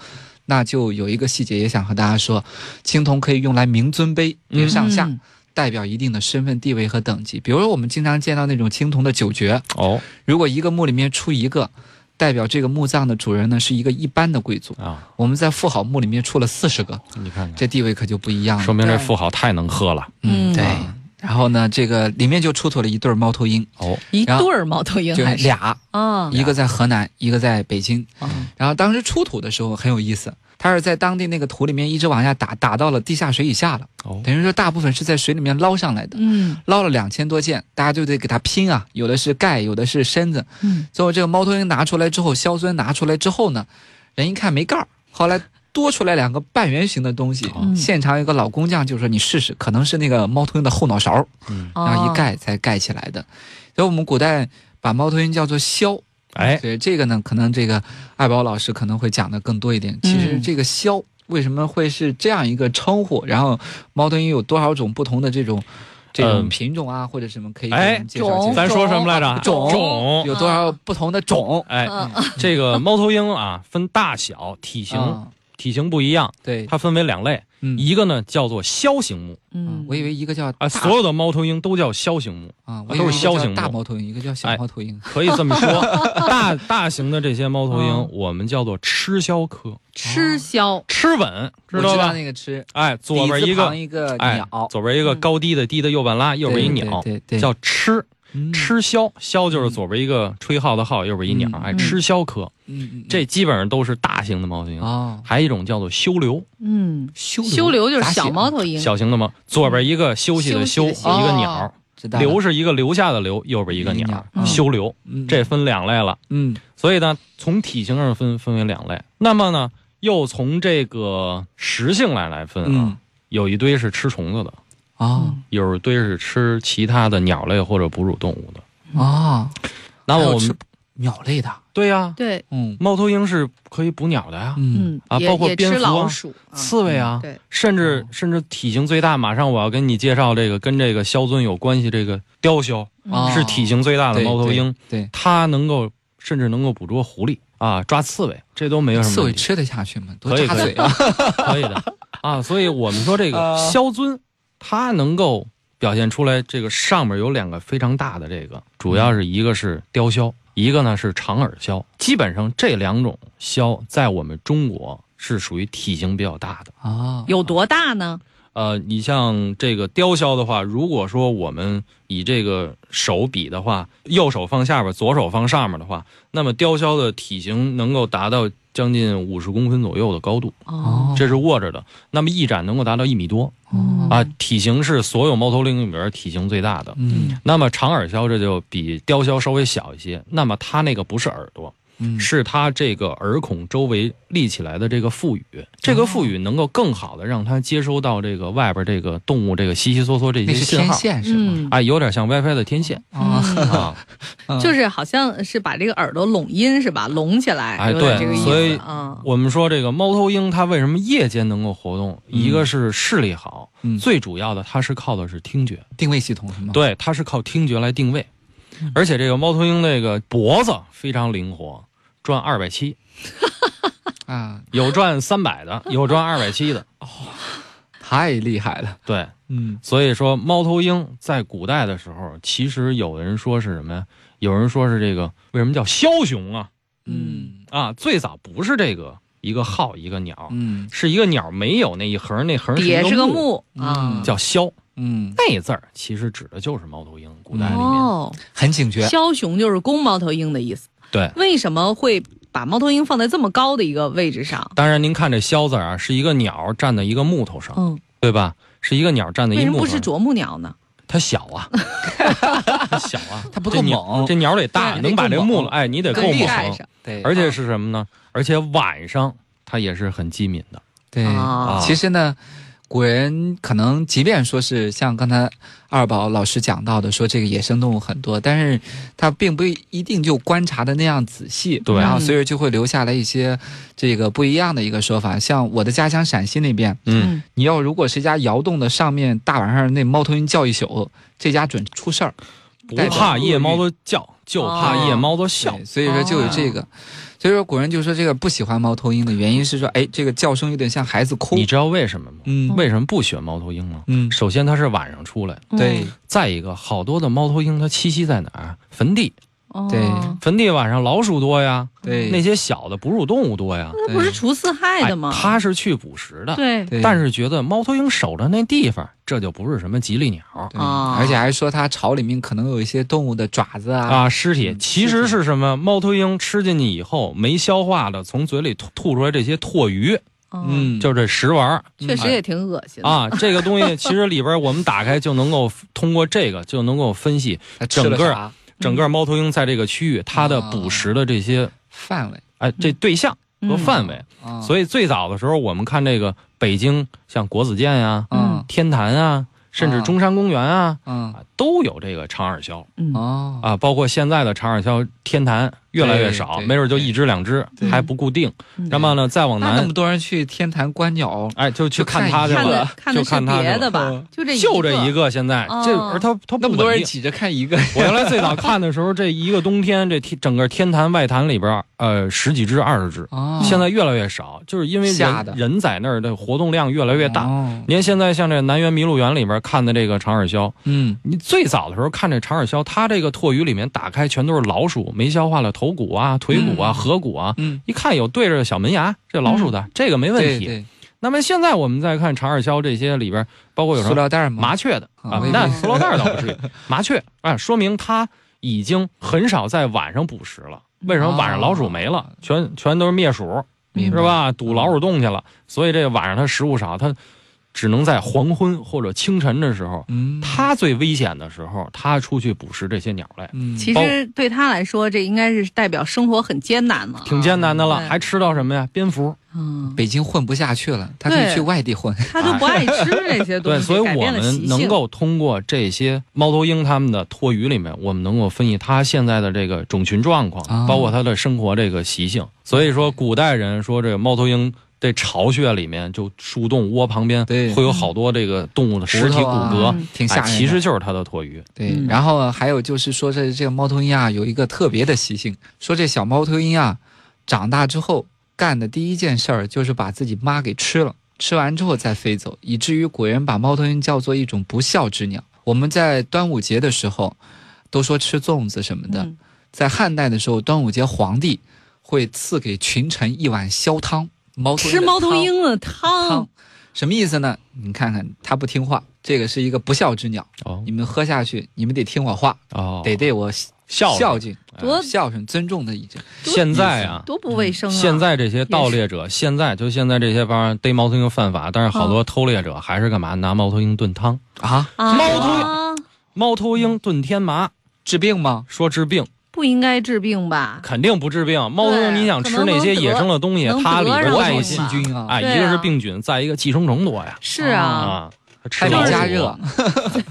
C: 那就有一个细节也想和大家说，青铜可以用来明尊卑，别上下，
A: 嗯
C: 代表一定的身份地位和等级。比如说我们经常见到那种青铜的九爵，
B: 哦
C: 如果一个墓里面出一个，代表这个墓葬的主人呢是一个一般的贵族。
B: 啊，
C: 我们在富豪墓里面出了四十个，
B: 你看看，
C: 这地位可就不一样
B: 说
C: 了。
B: 明这
A: 对
B: 富好太能喝了
A: 嗯
C: 对
B: 啊。
C: 然后呢，这个里面就出土了一对猫头鹰，
B: 哦，
A: 一对
C: 然后
A: 儿猫头鹰
C: 就
A: 还是
C: 俩，
A: 啊，
C: 一个在河南，一个在北京。
A: 哦
C: 然后当时出土的时候很有意思，它是在当地那个土里面一直往下打，打到了地下水以下了，
B: 哦，
C: 等于说大部分是在水里面捞上来的。
A: 嗯
C: 捞了两千多件，大家就得给它拼啊，有的是盖，有的是身子，
A: 嗯，
C: 最后这个猫头鹰拿出来之后，硝酸拿出来之后呢，人一看没盖儿，后来多出来两个半圆形的东西。
B: 嗯
C: 现场有个老工匠就说：“你试试，可能是那个猫头鹰的后脑勺，
B: 嗯，
A: 哦
C: 然后一
A: 盖
C: 盖才盖起来的。”所以，我们古代把猫头鹰叫做枭。
B: 哎，
C: 对这个呢，可能这个艾宝老师可能会讲的更多一点。其实
A: 嗯
C: 这个枭为什么会是这样一个称呼？然后猫头鹰有多少种不同的这种这种
B: 嗯
C: 品种啊，或者什么可以给我
B: 哎
C: 们介绍
A: 种
C: 介绍？
B: 咱说什么来
A: 哦
B: 着？啊
C: 种
B: 种，
C: 有多少不同的种？
B: 哎，
A: 嗯
B: 这个猫头鹰啊，分大小、体型、
C: 啊
B: 体型不一样，
C: 对，
B: 它分为两类，
C: 嗯
B: 一个呢叫做枭形目
C: 嗯
A: 嗯，
C: 我以为一个叫
B: 啊，
C: 大
B: 所有的猫头鹰都叫枭形目，
C: 啊，我
B: 都
C: 以为
B: 是
C: 一个
B: 枭
C: 叫
B: 形目
C: 大猫头鹰，一个叫小
B: 哎
C: 猫头鹰。
B: 可以这么说。大大型的这些猫头
C: 嗯
B: 鹰，我们叫做吃枭科，
C: 哦
A: 吃枭，
B: 吃吻，
C: 我
B: 知道吧？
C: 那个吃
B: 哎，左边
C: 一
B: 一个，
C: 一个
B: 哎
C: 鸟，，
B: 左边一个
A: 嗯
B: 高低的低的右半拉，右边一
C: 对
B: 鸟，
C: 对对，对
B: 叫吃
C: 嗯
B: 吃枭，枭就是
C: 嗯
B: 左边一个吹号的号，右边一鸟，
C: 嗯
B: 哎，
A: 嗯
B: 吃枭科，
C: 嗯嗯
B: 这基本上都是大型的猫头
C: 嗯
B: 鹰。
C: 哦，
B: 还有一种叫做修流，
A: 嗯，
C: 修
A: 修留就是小猫
C: 头，
A: 头鹰，
B: 小型的猫，左边一个休息的
A: 休
B: 休，
A: 息
B: 一
A: 的休
B: 个鸟
C: 哦，知道了
B: 留是一个留下的留，右边一个
C: 一个
B: 鸟
C: 鸟嗯，
B: 休留，
C: 嗯
B: 这分两类了。
C: 嗯
B: 所以呢，从体型上分分为两类。那么呢，又从这个食性来来分啊
C: 嗯，
B: 有一堆是吃虫子的，
C: 哦
A: 嗯
B: 有一堆是吃其他的鸟类或者哺乳动物的。
A: 嗯
C: 哦，
B: 那
C: 还
B: 么
C: 有
B: 我
C: 吃
B: 们
C: 鸟类的，
B: 对呀，
A: 对，
C: 嗯
B: 猫头鹰是可以捕鸟的呀，
C: 嗯
A: 嗯
B: 啊
A: 也
B: 包括
A: 也
B: 蝙
A: 吃
B: 蝠啊
A: 老鼠，啊
B: 刺猬啊，
A: 对，
B: 甚至
C: 哦
B: 甚至体型最大。马上我要跟你介绍这个跟这个枭尊有关系，这个雕枭。
A: 啊
C: 哦
B: 嗯是体型最大的
C: 对
B: 猫头鹰，
C: 对，
B: 它能够甚至能够捕捉狐狸啊，抓刺猬，这都没有什
C: 刺
B: 么
C: 猬
B: 问题，
C: 吃得下去吗？多
B: 可以
C: 扎嘴啊！
B: 可以 的啊。所以我们说这个
C: 啊
B: 枭尊，它能够表现出来，这个上面有两个非常大的这个，主要是一个是雕枭，一个呢是长耳枭。基本上这两种枭在我们中国是属于体型比较大的。
C: 啊，
A: 有多大呢？
B: 呃，你像这个雕鸮的话，如果说我们以这个手比的话，右手放下边，左手放上面的话，那么雕鸮的体型能够达到将近五十公分左右的高度，
A: 哦
B: 这是握着的。那么翼展能够达到一米多
A: 哦
B: 啊，体型是所有猫头鹰里边体型最大的。
C: 嗯
B: 那么长耳鸮这就比雕鸮稍微小一些，那么它那个不是耳朵，
C: 嗯
B: 是它这个耳孔周围立起来的这个腹羽，这
C: 哦
B: 个腹羽能够更好的让它接收到这个外边这个动物这个悉悉嗦嗦这
C: 那
B: 些
C: 是
B: 信
C: 天
B: 号，
C: 线是吗？
A: 嗯，
B: 啊，有点像 WiFi 的天 线
C: 啊，
B: 啊，
A: 就是好像是把这个耳朵拢音是吧？拢起来，
B: 哎
A: 有点这个意思
C: 对
B: 所以
A: 啊。
B: 我们说这个猫头鹰它为什么夜间能够活动？
C: 嗯
B: 一个是视力好，
C: 嗯
B: 最主要的它是靠的是听觉，
C: 定位系统是吗？
B: 对，它是靠听觉来定位，
A: 嗯
B: 而且这个猫头鹰那个脖子非常灵活，转二百七，
C: 啊，
B: 有转三百的，有转二百七的，
C: 太厉害了。
B: 对。
C: 嗯
B: 所以说，猫头鹰在古代的时候，其实有人说是什么呀？有人说是这个为什么叫枭雄啊？
C: 嗯
B: 啊，最早不是这个一个号一个鸟，
C: 嗯
B: 是一个鸟没有那一横，那横
A: 底
B: 一
A: 下是个
B: 木，
A: 木啊
C: 嗯，
B: 叫枭。
C: 嗯，
B: 那字儿其实指的就是猫头鹰，古代里面。
A: 哦，
C: 很警觉。
A: 枭雄就是公猫头鹰的意思。
B: 对，
A: 为什么会把猫头鹰放在这么高的一个位置上？
B: 当然，您看这枭字儿啊，是一个鸟站在一个木头上，
A: 嗯，
B: 对吧？是一个鸟站在
A: 为
B: 一
A: 什
B: 木
A: 么不
B: 头
A: 是
B: 上，
A: 啄木鸟呢？
B: 它小 啊，它小啊，
C: 它不够
B: 这鸟
C: 猛
B: 这鸟得大，
C: 对
B: 能把
C: 得
B: 这
C: 够
B: 木
C: 猛
B: 头，哎，你得够
A: 跟
C: 力
B: 猛。
A: 盖上
C: 对
B: 而且是什么呢？而且晚上它也是很机敏的。
C: 对，
B: 嗯
A: 啊
C: 其实呢，古人可能即便说是像刚才二宝老师讲到的，说这个野生动物很多，但是他并不一定就观察的那样仔细，
B: 对
C: 然后所以就会留下来一些这个不一样的一个说法。像我的家乡陕西那边，
B: 嗯，
C: 你要如果谁家窑洞的上面大晚上那猫头鹰叫一宿，这家准出事儿。
B: 不
C: 代表
B: 怕夜猫子叫，就怕夜猫子笑
C: 哦对，。所以说就有这个，
A: 哦
C: 所以说古人就说这个不喜欢猫头鹰的原因是说，哎，这个叫声有点像孩子哭
B: 你，知道为什么吗？
C: 嗯
B: 为什么不选猫头鹰吗？
C: 嗯，
B: 首先，它是晚上出来；
A: 嗯
C: 对，
B: 再一个，好多的猫头鹰它栖息在哪儿？坟地，
A: 哦
C: 对
B: 坟地晚上老鼠多呀，
C: 对，
B: 那些小的哺乳动物多呀。
A: 那不是除四害
B: 哎
A: 的吗？
B: 它是去捕食的，
A: 对，
C: 对
B: 但是觉得猫头鹰守着那地方，这就不是什么吉利鸟
C: 对
A: 啊
C: 而且还说它巢里面可能有一些动物的爪子啊，
B: 啊。尸体
C: 嗯
B: 其实是什么？猫头鹰吃进去以后没消化的，从嘴里吐吐出来这些唾鱼，
A: 嗯，
C: 嗯，
B: 就是这食玩儿。
A: 确实
B: 哎
A: 也挺恶心的。
B: 啊，这个东西其实里边我们打开就能够通过这个就能够分析
C: 它吃了
B: 整个
C: 啥
B: 整个猫头鹰在这个区域它的捕食的这些
C: 范围
B: 哎这对象和
A: 嗯
B: 范围。
C: 啊，以
B: 所以最早的时候，我们看这个北京像国子监呀、
C: 嗯
B: 天坛啊，甚至
C: 啊
B: 中山公园啊，
C: 嗯
B: 啊都有这个长耳鸮
A: 嗯
C: 哦
B: 啊，包括现在的长耳鸮天坛越来越少，
C: 对对
B: 没准就一只两只
A: 对
B: 还不固定。
A: 嗯
B: 那么呢，再往
C: 那那
B: 南
C: 么，多人去天坛观鸟，
B: 哎，就去
C: 就
B: 看
C: 看
B: 它去
A: 看的
B: 了，
A: 看
B: 就
A: 的是
B: 看它去
A: 别
B: 了
A: 的吧
C: 嗯，
A: 就这
B: 就这一
A: 一个，
B: 个，现在
A: 哦
B: 这而它它不
C: 那么多
B: 稳
C: 人
B: 定。
C: 挤着看 一个，
B: 我原来最早看的时候，这一个冬天，这天整个天坛外坛里边儿，呃，十几只、二十只，
C: 哦
B: 现在越来越少，就是因为
C: 吓
B: 人
C: 的
B: 人在那儿的活动量越来越大。
C: 哦
B: 您现在像这南园麋鹿园里边看的这个长耳鸮，
C: 嗯
B: 你最早的时候看这长耳鸮，它这个唾鱼里面打开全都是老鼠没消化的头骨啊、腿骨啊、
C: 嗯
B: 颌骨啊，
C: 嗯，
B: 一看有对着小门牙，这老鼠的、这个没问
C: 对
B: 题。
C: 对，
B: 那么现在我们再看长耳鸮这些里边，包括有什
C: 塑
B: 么
C: 料袋嘛，
B: 麻雀的
C: 啊
B: 啊
C: 我以，为
B: 那
C: 是
B: 塑料袋儿倒不至于，麻雀啊，说明它已经很少在晚上捕食了。为什么晚上老鼠没了，全全都是灭鼠，
C: 啊明
B: 是
C: 白？
B: 吧？堵老鼠洞去了，所以这晚上它食物少，它只能在黄昏或者清晨的时候，
C: 嗯，
B: 它最危险的时候，它出去捕食这些鸟类，
C: 嗯
A: 其
B: 包
A: 实对他来说，这应该是代表生活很艰难了啊。
B: 挺艰难的了。
A: 对
B: 还吃到什么呀？蝙蝠。
A: 嗯，
C: 北京混不下去了，他可以
A: 对
C: 去外地混，
A: 他都不爱 吃这些东
B: 啊对，
A: 西，
B: 所以
A: 改
B: 我
A: 变了
B: 们
A: 习
B: 能
A: 性
B: 够通过这些猫头鹰它们的唾鱼里面，我们能够分析它现在的这个种群状况，
C: 啊
B: 包括它的生活这个习性。所以说，古代人说这个猫头鹰这巢穴里面就树洞窝旁边
C: 对
B: 会有好多这个动物的实体骨
C: 骨头
B: 骼，
C: 啊
A: 嗯
C: 挺
B: 哎
C: 吓人的。
B: 其实就是它的唾鱼。
C: 对
A: 嗯，
C: 然后还有就是说这这个猫头鹰啊有一个特别的习性，说这小猫头鹰啊长大之后干的第一件事儿就是把自己妈给吃了，吃完之后再飞走，以至于古人把猫头鹰叫做一种不孝之鸟。我们在端午节的时候都说吃粽子什么的，
A: 嗯
C: 在汉代的时候，端午节皇帝会赐给群臣一碗消汤，猫头鹰
A: 吃猫头鹰的
C: 的汤
A: 汤，，
C: 什么意思呢？你看看，它不听话，这个是一个不孝之鸟。
B: 哦
C: 你们喝下去，你们得听我话，
B: 哦，
C: 嗯得对我
B: 孝顺
C: 孝敬、
A: 多
B: 哎
C: 孝顺、尊重的意见。
B: 现在啊，
A: 多不卫生啊！
B: 现在这些盗猎者，现在就现在这些帮逮猫头鹰犯法，但是好多偷猎者还是干嘛拿猫头鹰炖
A: 嗯
B: 汤，
C: 啊，
B: 猫头
A: 啊
B: 猫头鹰炖天麻，
C: 治病吗？
B: 说治病
A: 不应该治病吧？
B: 肯定不治病。猫头鹰你想吃那些野生的东西
A: 可能，
B: 它里边
A: 能得
C: 多
B: 带
A: 让我
B: 一
C: 少
B: 些
C: 细
A: 嘛
C: 菌啊！
B: 啊，
A: 对啊
B: 一个是病菌，再一个寄生虫多呀
A: 是啊，
B: 啊，它吃
C: 还得
B: 老鼠
C: 加热，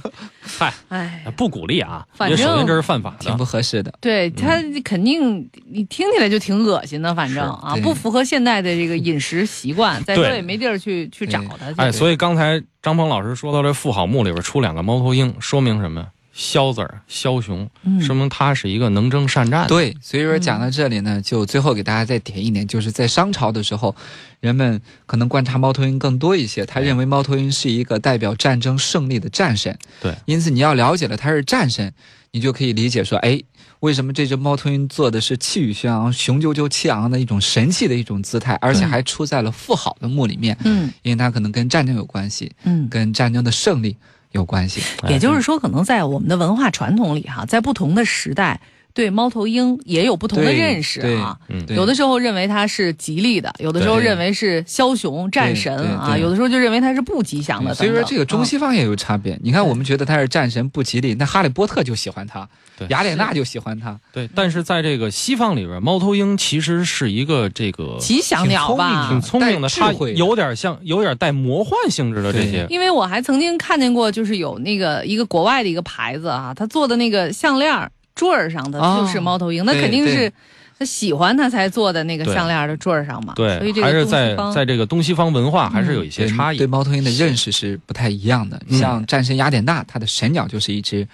A: 哎，
B: 不鼓励啊，因
A: 反
B: 为
A: 正
B: 首先这是犯法
C: 挺
B: 的。
C: 不合适的。
A: 对他肯定，你听起来就挺恶心的，反正啊
C: 嗯是，对
A: 不符合现代的这个饮食习惯，再说
B: 对
A: 也没地儿去去找他去。
B: 哎，所以刚才张鹏老师说到这富好墓里边出两个猫头鹰，说明什么呀？枭字儿，枭雄，
A: 嗯
B: 说明他是一个能征善
A: 啊
B: 战的。
C: 对，所以说讲到这里呢，就最后给大家再点一点，就是在商朝的时候，人们可能观察猫头鹰更多一些，他认为猫头鹰是一个代表战争胜利的战神。
B: 对
C: 因此你要了解了它是战神，你就可以理解说，哎，为什么这只猫头鹰做的是气宇轩昂、雄赳赳气昂的一种神气的一种姿态，而且
A: 对
C: 还出在了妇好的墓里面，
A: 嗯
C: 因为它可能跟战争有关系，
A: 嗯，
C: 跟战争的胜利有关系。
B: 哎
A: 也就是说，可能在我们的文化传统里哈，在不同的时代，对猫头鹰也有不同的
C: 对
A: 认识啊。
B: 嗯，
C: 对
A: 有的时候认为它是吉利的，有的时候
C: 对
A: 认为是枭雄战神
C: 对对
A: 啊，
C: 对
A: 有的时候就认为它是不吉祥的。
C: 所以说
A: 等等嗯
C: 这个中西方也有差别。你看，
A: 对
C: 我们觉得他是战神不吉利，那哈利波特就喜欢他
B: 对，
C: 雅典娜就喜欢他，
B: 对，但是在这个西方里边，猫头鹰其实是一个这个
A: 嗯吉祥鸟吧，
B: 挺聪明的，
C: 带智
B: 它
C: 慧的
B: 有点像有点带魔幻性质的这些。
A: 因为我还曾经看见过，就是有那个一个国外的一个牌子啊，他做的那个项链儿坠儿上的
C: 哦
A: 就是猫头鹰，那
C: 对
A: 肯定
C: 对
A: 是他喜欢他才做的那个
B: 对
A: 项链儿的坠儿上嘛。
B: 对
A: 所以，这
B: 还
A: 个
B: 是
A: 东西
B: 在
A: 方
B: 在这个东西方文化还是有一些
C: 对
B: 差异。
C: 对猫头鹰的认识是不太一样的。
B: 嗯
C: 像战神雅典娜，它的神鸟就是一只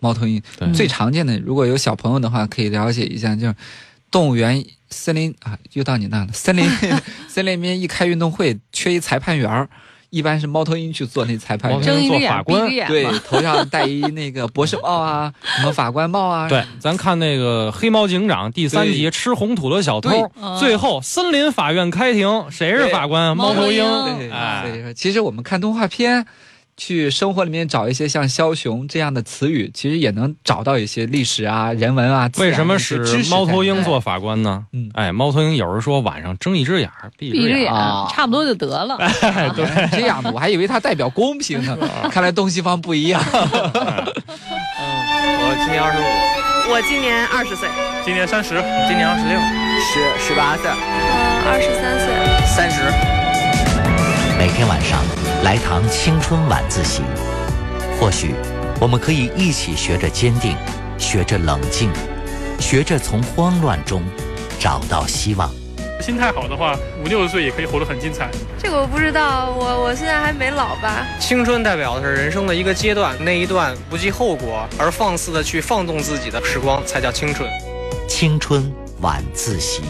C: 猫头鹰。
A: 嗯
B: 对
C: 最常见的，如果有小朋友的话，可以了解一下，就是动物园、森林啊，又到你那 了。森林森林里面一开运动会，缺一裁判员儿，一般是猫头鹰去做那裁判
B: 猫头
C: 员。
B: 鹰
A: 睁一
B: 做
A: 只
B: 法
A: 眼闭一
B: 官
A: 只眼
C: 对
A: 嘛，
C: 头上戴一那个博士帽啊，什么法官帽 啊，
B: 对，咱看那个《黑猫警长》第三集《吃红土的小偷
C: 对》，
A: 嗯
B: 最后森林法院开庭，谁是法官？
A: 猫
B: 头
A: 头鹰
C: 对，所以
B: 哎，
C: 说，其实我们看动画片，去生活里面找一些像枭雄这样的词语，其实也能找到一些历史啊、人文啊。自
B: 为
C: 然
B: 什
C: 的
B: 么
C: 一些
B: 使
C: 知识
B: 猫头
C: 在
B: 鹰
C: 里
B: 做法官呢
C: 嗯？
B: 哎，猫头鹰有人说晚上睁一只眼儿闭一
A: 闭一
B: 只
A: 只
B: 眼哎
A: 眼
B: 儿，
C: 啊
A: 差不多就得了。
C: 面？对，这样的，我还以为它代表公平呢，看来东西方不一样。
D: 我今年二十五，
E: 我今年二十岁，
D: 今年三十，今年二十六，十十八岁，
E: 呃，二十三岁。
D: 三十。
F: 每天晚上来堂青春晚自习，或许我们可以一起学着坚定，学着冷静，学着从慌乱中找到希望。
G: 心态好的话，五六十岁也可以活得很精彩。
E: 这个我不知道，我我现在还没老吧。
H: 青春代表的是人生的一个阶段，那一段不计后果而放肆的去放纵自己的时光才叫青春。
F: 青春晚自习，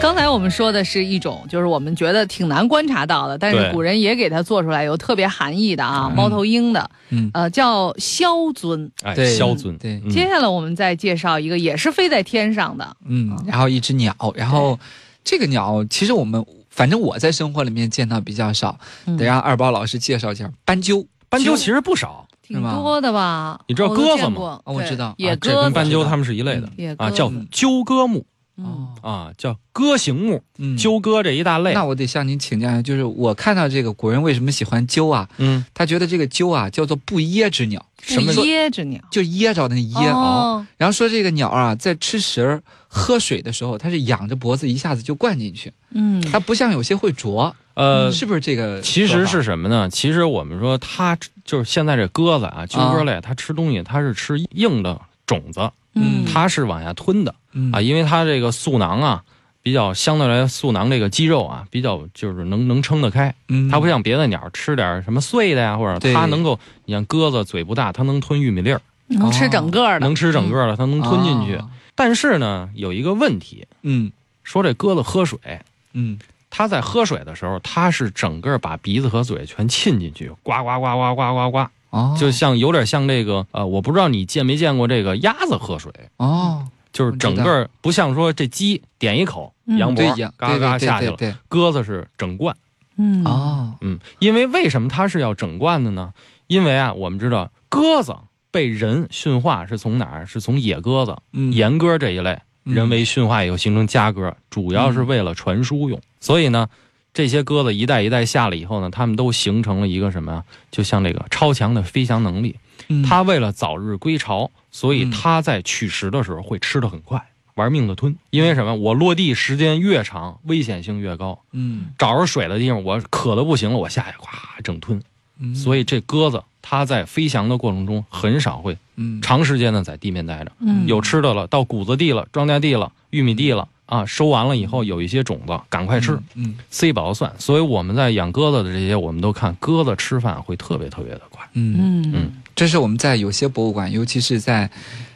A: 刚才我们说的是一种，就是我们觉得挺难观察到的，但是
B: 对
A: 古人也给它做出来有特别含义的啊，
B: 嗯
A: 猫头鹰的，
C: 嗯
A: 呃，叫枭尊。
B: 哎，
C: 对
B: 枭尊。
C: 对
B: 嗯
A: 接下来我们再介绍一个，也是飞在天上的，
C: 嗯，然后一只鸟，然后这个鸟其实我们。反正我在生活里面见到比较少，
A: 嗯
C: 得让二宝老师介绍一下斑鸠。
B: 斑鸠其实不少，
A: 挺多的吧？
B: 你知道
A: 我都
B: 鸽子
A: 见
B: 吗
A: 过
C: 哦我
A: 对
C: 知道
A: 野
C: 啊这嗯
A: 鸽
C: 跟
A: 子，
B: 斑鸠它们是一类的
A: 野鸽
B: 啊，
A: 子
B: 叫鸠鸽目
A: 嗯，
C: 哦
B: 啊，叫鸽形目，
C: 嗯
B: 鸠鸽这一大类。
C: 那我得向您请教一下，就是我看到这个古人为什么喜欢鸠啊？
B: 嗯，
C: 他觉得这个鸠啊叫做不噎之鸟，
A: 不
C: 说
A: 噎着鸟，
C: 就噎着的那噎螯。
A: 哦，
C: 然后说这个鸟啊，在吃食儿、喝水的时候，它是仰着脖子一下子就灌进去，
A: 嗯，
C: 它不像有些会啄，
B: 呃，
C: 是不是这个说法？
B: 其实是什么呢？其实我们说它就是现在这鸽子啊，鸠鸽类，它吃东西它是吃硬的种子，
A: 嗯，
B: 它是往下吞的
C: 嗯
B: 啊，因为它这个素囊啊。比较相对来素囊这个肌肉啊，比较就是能能撑得开，
C: 嗯
B: 它不像别的鸟吃点什么碎的呀，或者
C: 对
B: 它能够，你像鸽子嘴不大，它能吞玉米粒儿，
A: 能吃整个的，
B: 能吃整个的，它能吞进去。
C: 哦
B: 但是呢，有一个问题，
C: 嗯
B: 说这鸽子喝水，
C: 嗯，
B: 它在喝水的时候，它是整个把鼻子和嘴全浸进去，呱呱呱呱呱呱呱，
C: 哦，
B: 就像有点像这个呃，我不知道你见没见过这个鸭子喝水，
C: 哦，
B: 就是整个不像说这鸡点一口
A: 嗯
B: 羊
C: 对
B: 脖，
C: 呀，
B: 嘎
C: 对
B: 嘎
C: 对
B: 下去
C: 对
B: 了。
C: 对对，
B: 鸽子是整罐，
A: 嗯，
C: 哦，
B: 嗯，因为为什么它是要整罐的呢？因为啊，我们知道鸽子被人驯化是从哪儿？是从野鸽子、
C: 嗯
B: 岩鸽这一类
C: 嗯
B: 人为驯化以后形成家鸽，主要是为了传输用。所以呢，这些鸽子一代一代下来以后呢，它们都形成了一个什么呀？就像这个超强的飞翔能力。
C: 嗯
B: 它为了早日归巢，所以
C: 嗯
B: 它在取食的时候会吃得很快，玩命的吞。因为什么？我落地时间越长，危险性越高。
C: 嗯，
B: 找着水的地方，我渴的不行了，我下去咵整吞。
C: 嗯
B: 所以这鸽子它在飞翔的过程中很少会
C: 嗯
B: 长时间的在地面待着，
A: 嗯
B: 有吃的了，到谷子地了、庄稼地了、玉米地了啊，收完了以后有一些种子，赶快吃，，
C: 嗯
B: 塞饱了算。所以我们在养鸽子的这些，我们都看鸽子吃饭会特别特别的快。
C: 嗯嗯，
A: 嗯
B: 嗯
C: 这是我们在有些博物馆，尤其是在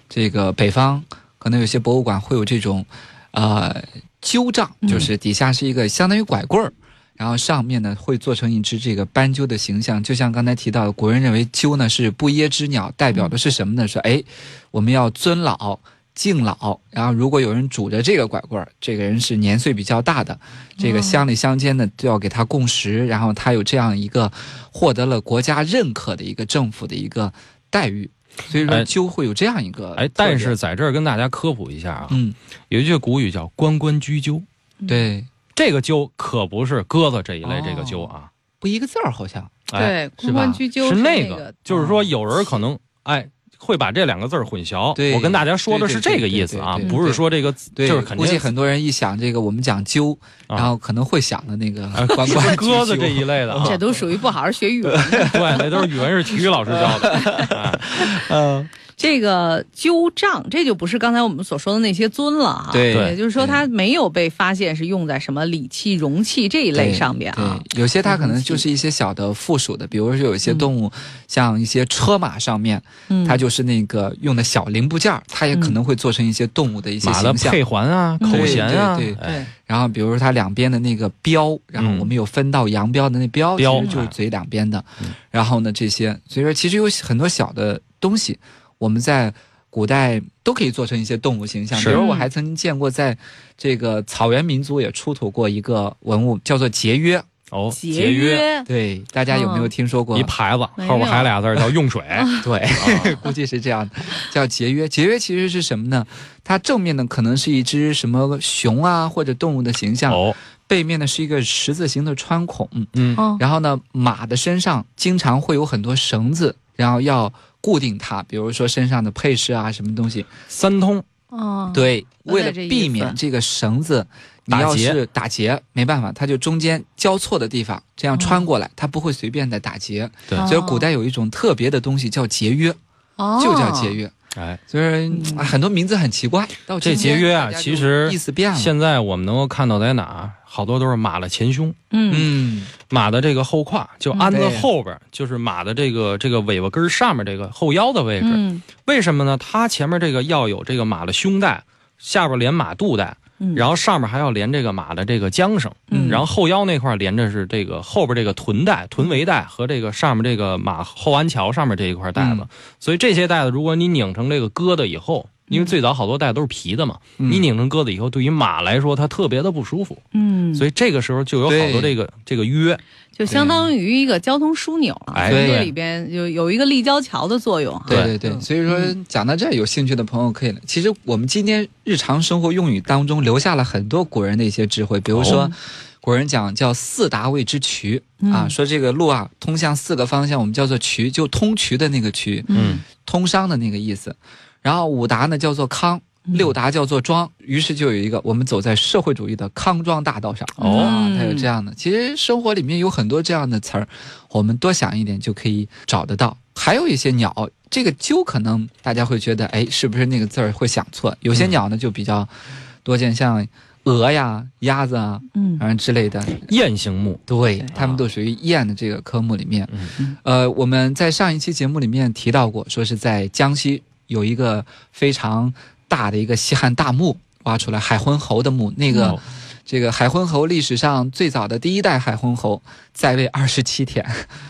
C: 这个北方，可能有些博物馆会有这种，呃，鸠杖，
A: 嗯
C: 就是底下是一个相当于拐棍儿。然后上面呢会做成一只这个斑鸠的形象，就像刚才提到的，古人认为鸠呢是不噎之鸟，代表的是什么呢？说哎，我们要尊老敬老，然后如果有人拄着这个拐棍儿，这个人是年岁比较大的，这个
A: 哦
C: 乡里乡间的就要给他供食，然后他有这样一个获得了国家认可的一个政府的一个待遇，所以说
B: 哎
C: 鸠会有这样一个
B: 哎，
C: 特
B: 但
C: 点
B: 是在这儿跟大家科普一下啊，
C: 嗯，
B: 有一句古语叫“关关雎鸠
C: 对，”，
B: 这个鸠可不是鸽子这一类这个鸠
C: 哦
B: 啊，
C: 不一个字儿好像，
B: 哎，
A: 对，
B: 是
A: 关关
B: 吧
A: 雎鸠
B: 是
A: 那
B: 个，就是说
C: 嗯
B: 有人可能哎。会把这两个字儿混淆。
C: 对
B: 我跟大家说的是这个意思啊
A: 对
C: 对
A: 对对，对
B: 不是说这个字，
C: 对，
B: 就是肯
C: 估计
B: 定
C: 很多人一想这个我们讲鸠，
B: 啊
C: 然后可能会想的那个
B: 啊
C: 关
B: 是
C: 关
B: 鸽子
C: 雎鸠
B: 这一类的啊，
A: 这都属于不好好学语 文。
B: 对，那都是语文是体育老师教
C: 呃
B: 的。哎
A: 这个鸠杖，这就不是刚才我们所说的那些尊了啊。
C: 对
A: 也就是说它没有被发现是用在什么礼器、容器这一类上面啊。
C: 对，有些它可能就是一些小的附属的，比如说有一些动物，
B: 嗯
C: 像一些车马上面，
A: 嗯，
C: 它就是那个用的小零部件儿，它也可能会做成一些动物的一些
B: 马的
C: 形象。
B: 配环啊，
A: 嗯
B: 口弦啊，
C: 对对
B: 哎
A: 对，
C: 然后比如说它两边的那个标，然后我们有分到扬镳的那标，
B: 标
C: 其实就是
B: 嗯
C: 嘴两边的。
B: 嗯
C: 然后呢，这些所以说其实有很多小的东西，我们在古代都可以做成一些动物形象。比
B: 是
C: 如我还曾经见过，在这个草原民族也出土过一个文物，叫做节约。
B: 哦，
A: 节
B: 节约
A: 约，
C: 对，大家有没有
A: 哦
C: 听说过？
B: 一牌子，
A: 没
B: 后边
A: 有啊
B: 还俩字儿叫 用水。
C: 对， 估计是这样的，叫节约。节约其实是什么呢？它正面呢可能是一只什么熊啊或者动物的形象，
B: 哦，
C: 背面呢是一个十字形的穿孔，
B: 嗯，
A: 嗯，
C: 然后呢马的身上经常会有很多绳子，然后要固定它，比如说身上的配饰啊什么东西。
B: 三通
A: 哦，
C: 对，
A: 原来
C: 为了
A: 这意
C: 避
A: 思
C: 免这个绳子。你
B: 打
C: 要
B: 结
C: 是打结，没办法，它就中间交错的地方这样
A: 哦
C: 穿过来，它不会随便的打结。
B: 对
C: 所以古代有一种特别的东西叫节约，
A: 哦
C: 就叫节。约。
B: 哎，
C: 就是啊很多名字很奇怪，嗯到
B: 这
C: 今
B: 节
C: 天
B: 约啊，
C: 大家就
B: 其实
C: 意思变了。
B: 现在我们能够看到在哪儿，好多都是马的前胸。
A: 嗯
C: 嗯，
B: 马的这个后胯，就鞍子
C: 嗯对
B: 后边儿，就是马的这个这个尾巴根儿上面这个后腰的位置。
A: 嗯
B: 为什么呢？它前面这个要有这个马的胸带，下边连马肚带，
A: 嗯，
B: 然后上面还要连这个马的这个缰绳，
A: 嗯
B: 然后后腰那块儿连着是这个后边这个臀带、臀围带和这个上面这个马后鞍桥上面这一块带子。
C: 嗯
B: 所以这些带子，如果你拧成这个疙瘩以后，因为最早好多带都是皮的嘛，你
C: 嗯
B: 拧成疙瘩以后，对于马来说它特别的不舒服，
A: 嗯，
B: 所以这个时候就有好多
C: 对
B: 这个这个约。
A: 就相当于一个交通枢纽啊，
B: 哎
A: 所以这
B: 对
A: 里边有有一个立交桥的作用啊。
C: 对对对，
A: 嗯
C: 所以说讲到这儿，有兴趣的朋友可以了。其实我们今天日常生活用语当中留下了很多古人的一些智慧，比如说
A: 哦
C: 古人讲叫四达谓之渠啊，
A: 嗯
C: 说这个路啊通向四个方向，我们叫做渠，就通渠的那个渠，
B: 嗯，
C: 通商的那个意思。然后五达呢叫做康，
A: 嗯
C: 六达叫做庄，于是就有一个我们走在社会主义的康庄大道上。
B: 哦
C: 啊，
A: 嗯
C: 它有这样的。其实生活里面有很多这样的词儿，我们多想一点就可以找得到。还有一些鸟，这个鸠可能大家会觉得，哎，是不是那个字儿会想错？有些鸟呢就比较多见，像鹅呀、鸭子啊，
A: 嗯，
C: 反正之类的。
B: 雁形 目，
C: 对，它们都属于雁的这个科目里面。
B: 嗯
C: 呃，我们在上一期节目里面提到过，说是在江西有一
A: 嗯
C: 个非常大的一个西汉大墓挖出来海昏侯的墓，那个
B: 哦
C: 这个海昏侯历史上最早的第一代海昏侯在位二十七天。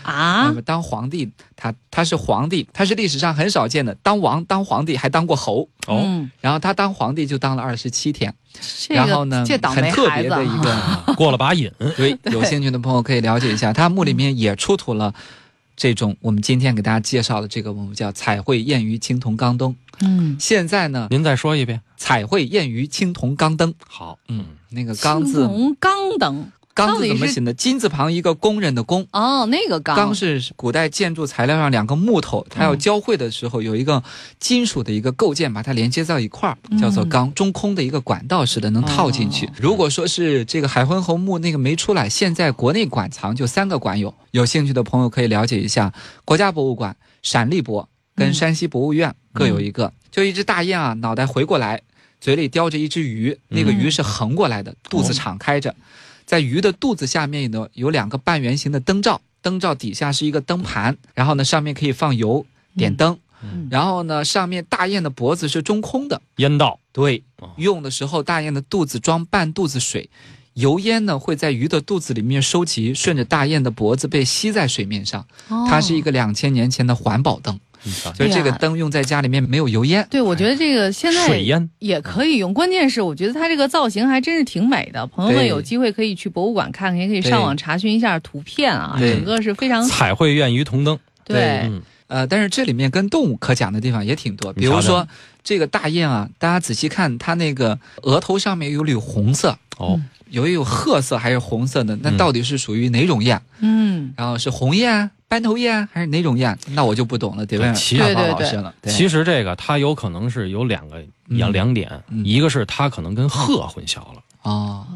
C: 那
A: 啊
C: 么， 当皇帝，他他是皇帝，他是历史上很少见的，当王当皇帝还当过侯。
B: 哦，
A: 嗯，
C: 然后他当皇帝就当了二十七天，
A: 这
C: 然后
A: 个
C: 呢
A: 这倒霉
C: 很特
A: 孩
C: 别
A: 子
C: 的一
A: 啊，
C: 个，
B: 过了把瘾，
C: 对，有兴趣的朋友可以了解一下，他墓里面也出土了这种我们今天给大家介绍的这个文物，叫彩绘燕鱼青铜缸灯。
A: 嗯，
C: 现在呢，
B: 您再说一遍。
C: 彩绘燕鱼青铜缸灯，
B: 好，嗯，
C: 那个缸字
A: 青铜缸等
C: 缸字怎
A: 到底
C: 么
A: 是
C: 写呢？金字旁一个工人的工。
A: 哦，那个缸
C: 缸是古代建筑材料上两个木头，它要交汇的时候有一个金属的一个构件把它连接到一块儿，叫做缸。中空的一个管道似的能套进去
A: 哦。
C: 如果说是这个海昏侯墓那个没出来，现在国内馆藏就三个馆有，有兴趣的朋友可以了解一下。国家博物馆、陕历博跟
A: 嗯
C: 山西博物院各有一个，就一只大雁啊，脑袋回过来，嘴里叼着一只鱼，那个鱼是横过来的，肚子敞开着。在鱼的肚子下面呢，有两个半圆形的灯罩，灯罩底下是一个灯盘，然后呢上面可以放油点灯，
A: 嗯
C: 然后呢上面大雁的脖子是中空的，
B: 烟道
C: 对
B: 哦，
C: 用的时候大雁的肚子装半肚子水，油烟呢会在鱼的肚子里面收集，顺着大雁的脖子被吸在水面上。它是一
A: 个。
C: 个两千年前的环保灯，
B: 你瞧
C: 所以这个
A: 呀
C: 灯用在家里面没有油烟。
A: 哦对，我觉得这个现在
B: 水烟，
A: 也可以用，关键是我觉得它这个造型还真是挺美的。朋友们
C: 对
A: 有机会可以去博物馆看看，也可以上网查询一下图片啊，
C: 对
A: 整个是非常
B: 彩绘燕鱼铜灯，
A: 对，
B: 嗯，
C: 呃，但是这里面跟动物可讲的地方也挺多，比
B: 你
C: 如
B: 瞧瞧
C: 说这个大雁啊，大家仔细看它那个额头上面有缕红色，
B: 哦，
C: 有一有褐色还是红色的，那
B: 嗯
C: 到底是属于哪种雁？
A: 嗯，
C: 然后是红雁、啊斑头雁还是哪种雁？那我就不懂了，得问
B: 对其
C: 大
A: 对
C: 宝
A: 对
C: 老
A: 对
C: 师了。对
B: 其实这个它有可能是有两个两
C: 嗯
B: 两点，
C: 嗯
B: 一个是它可能跟鹤混淆了，
C: 哦，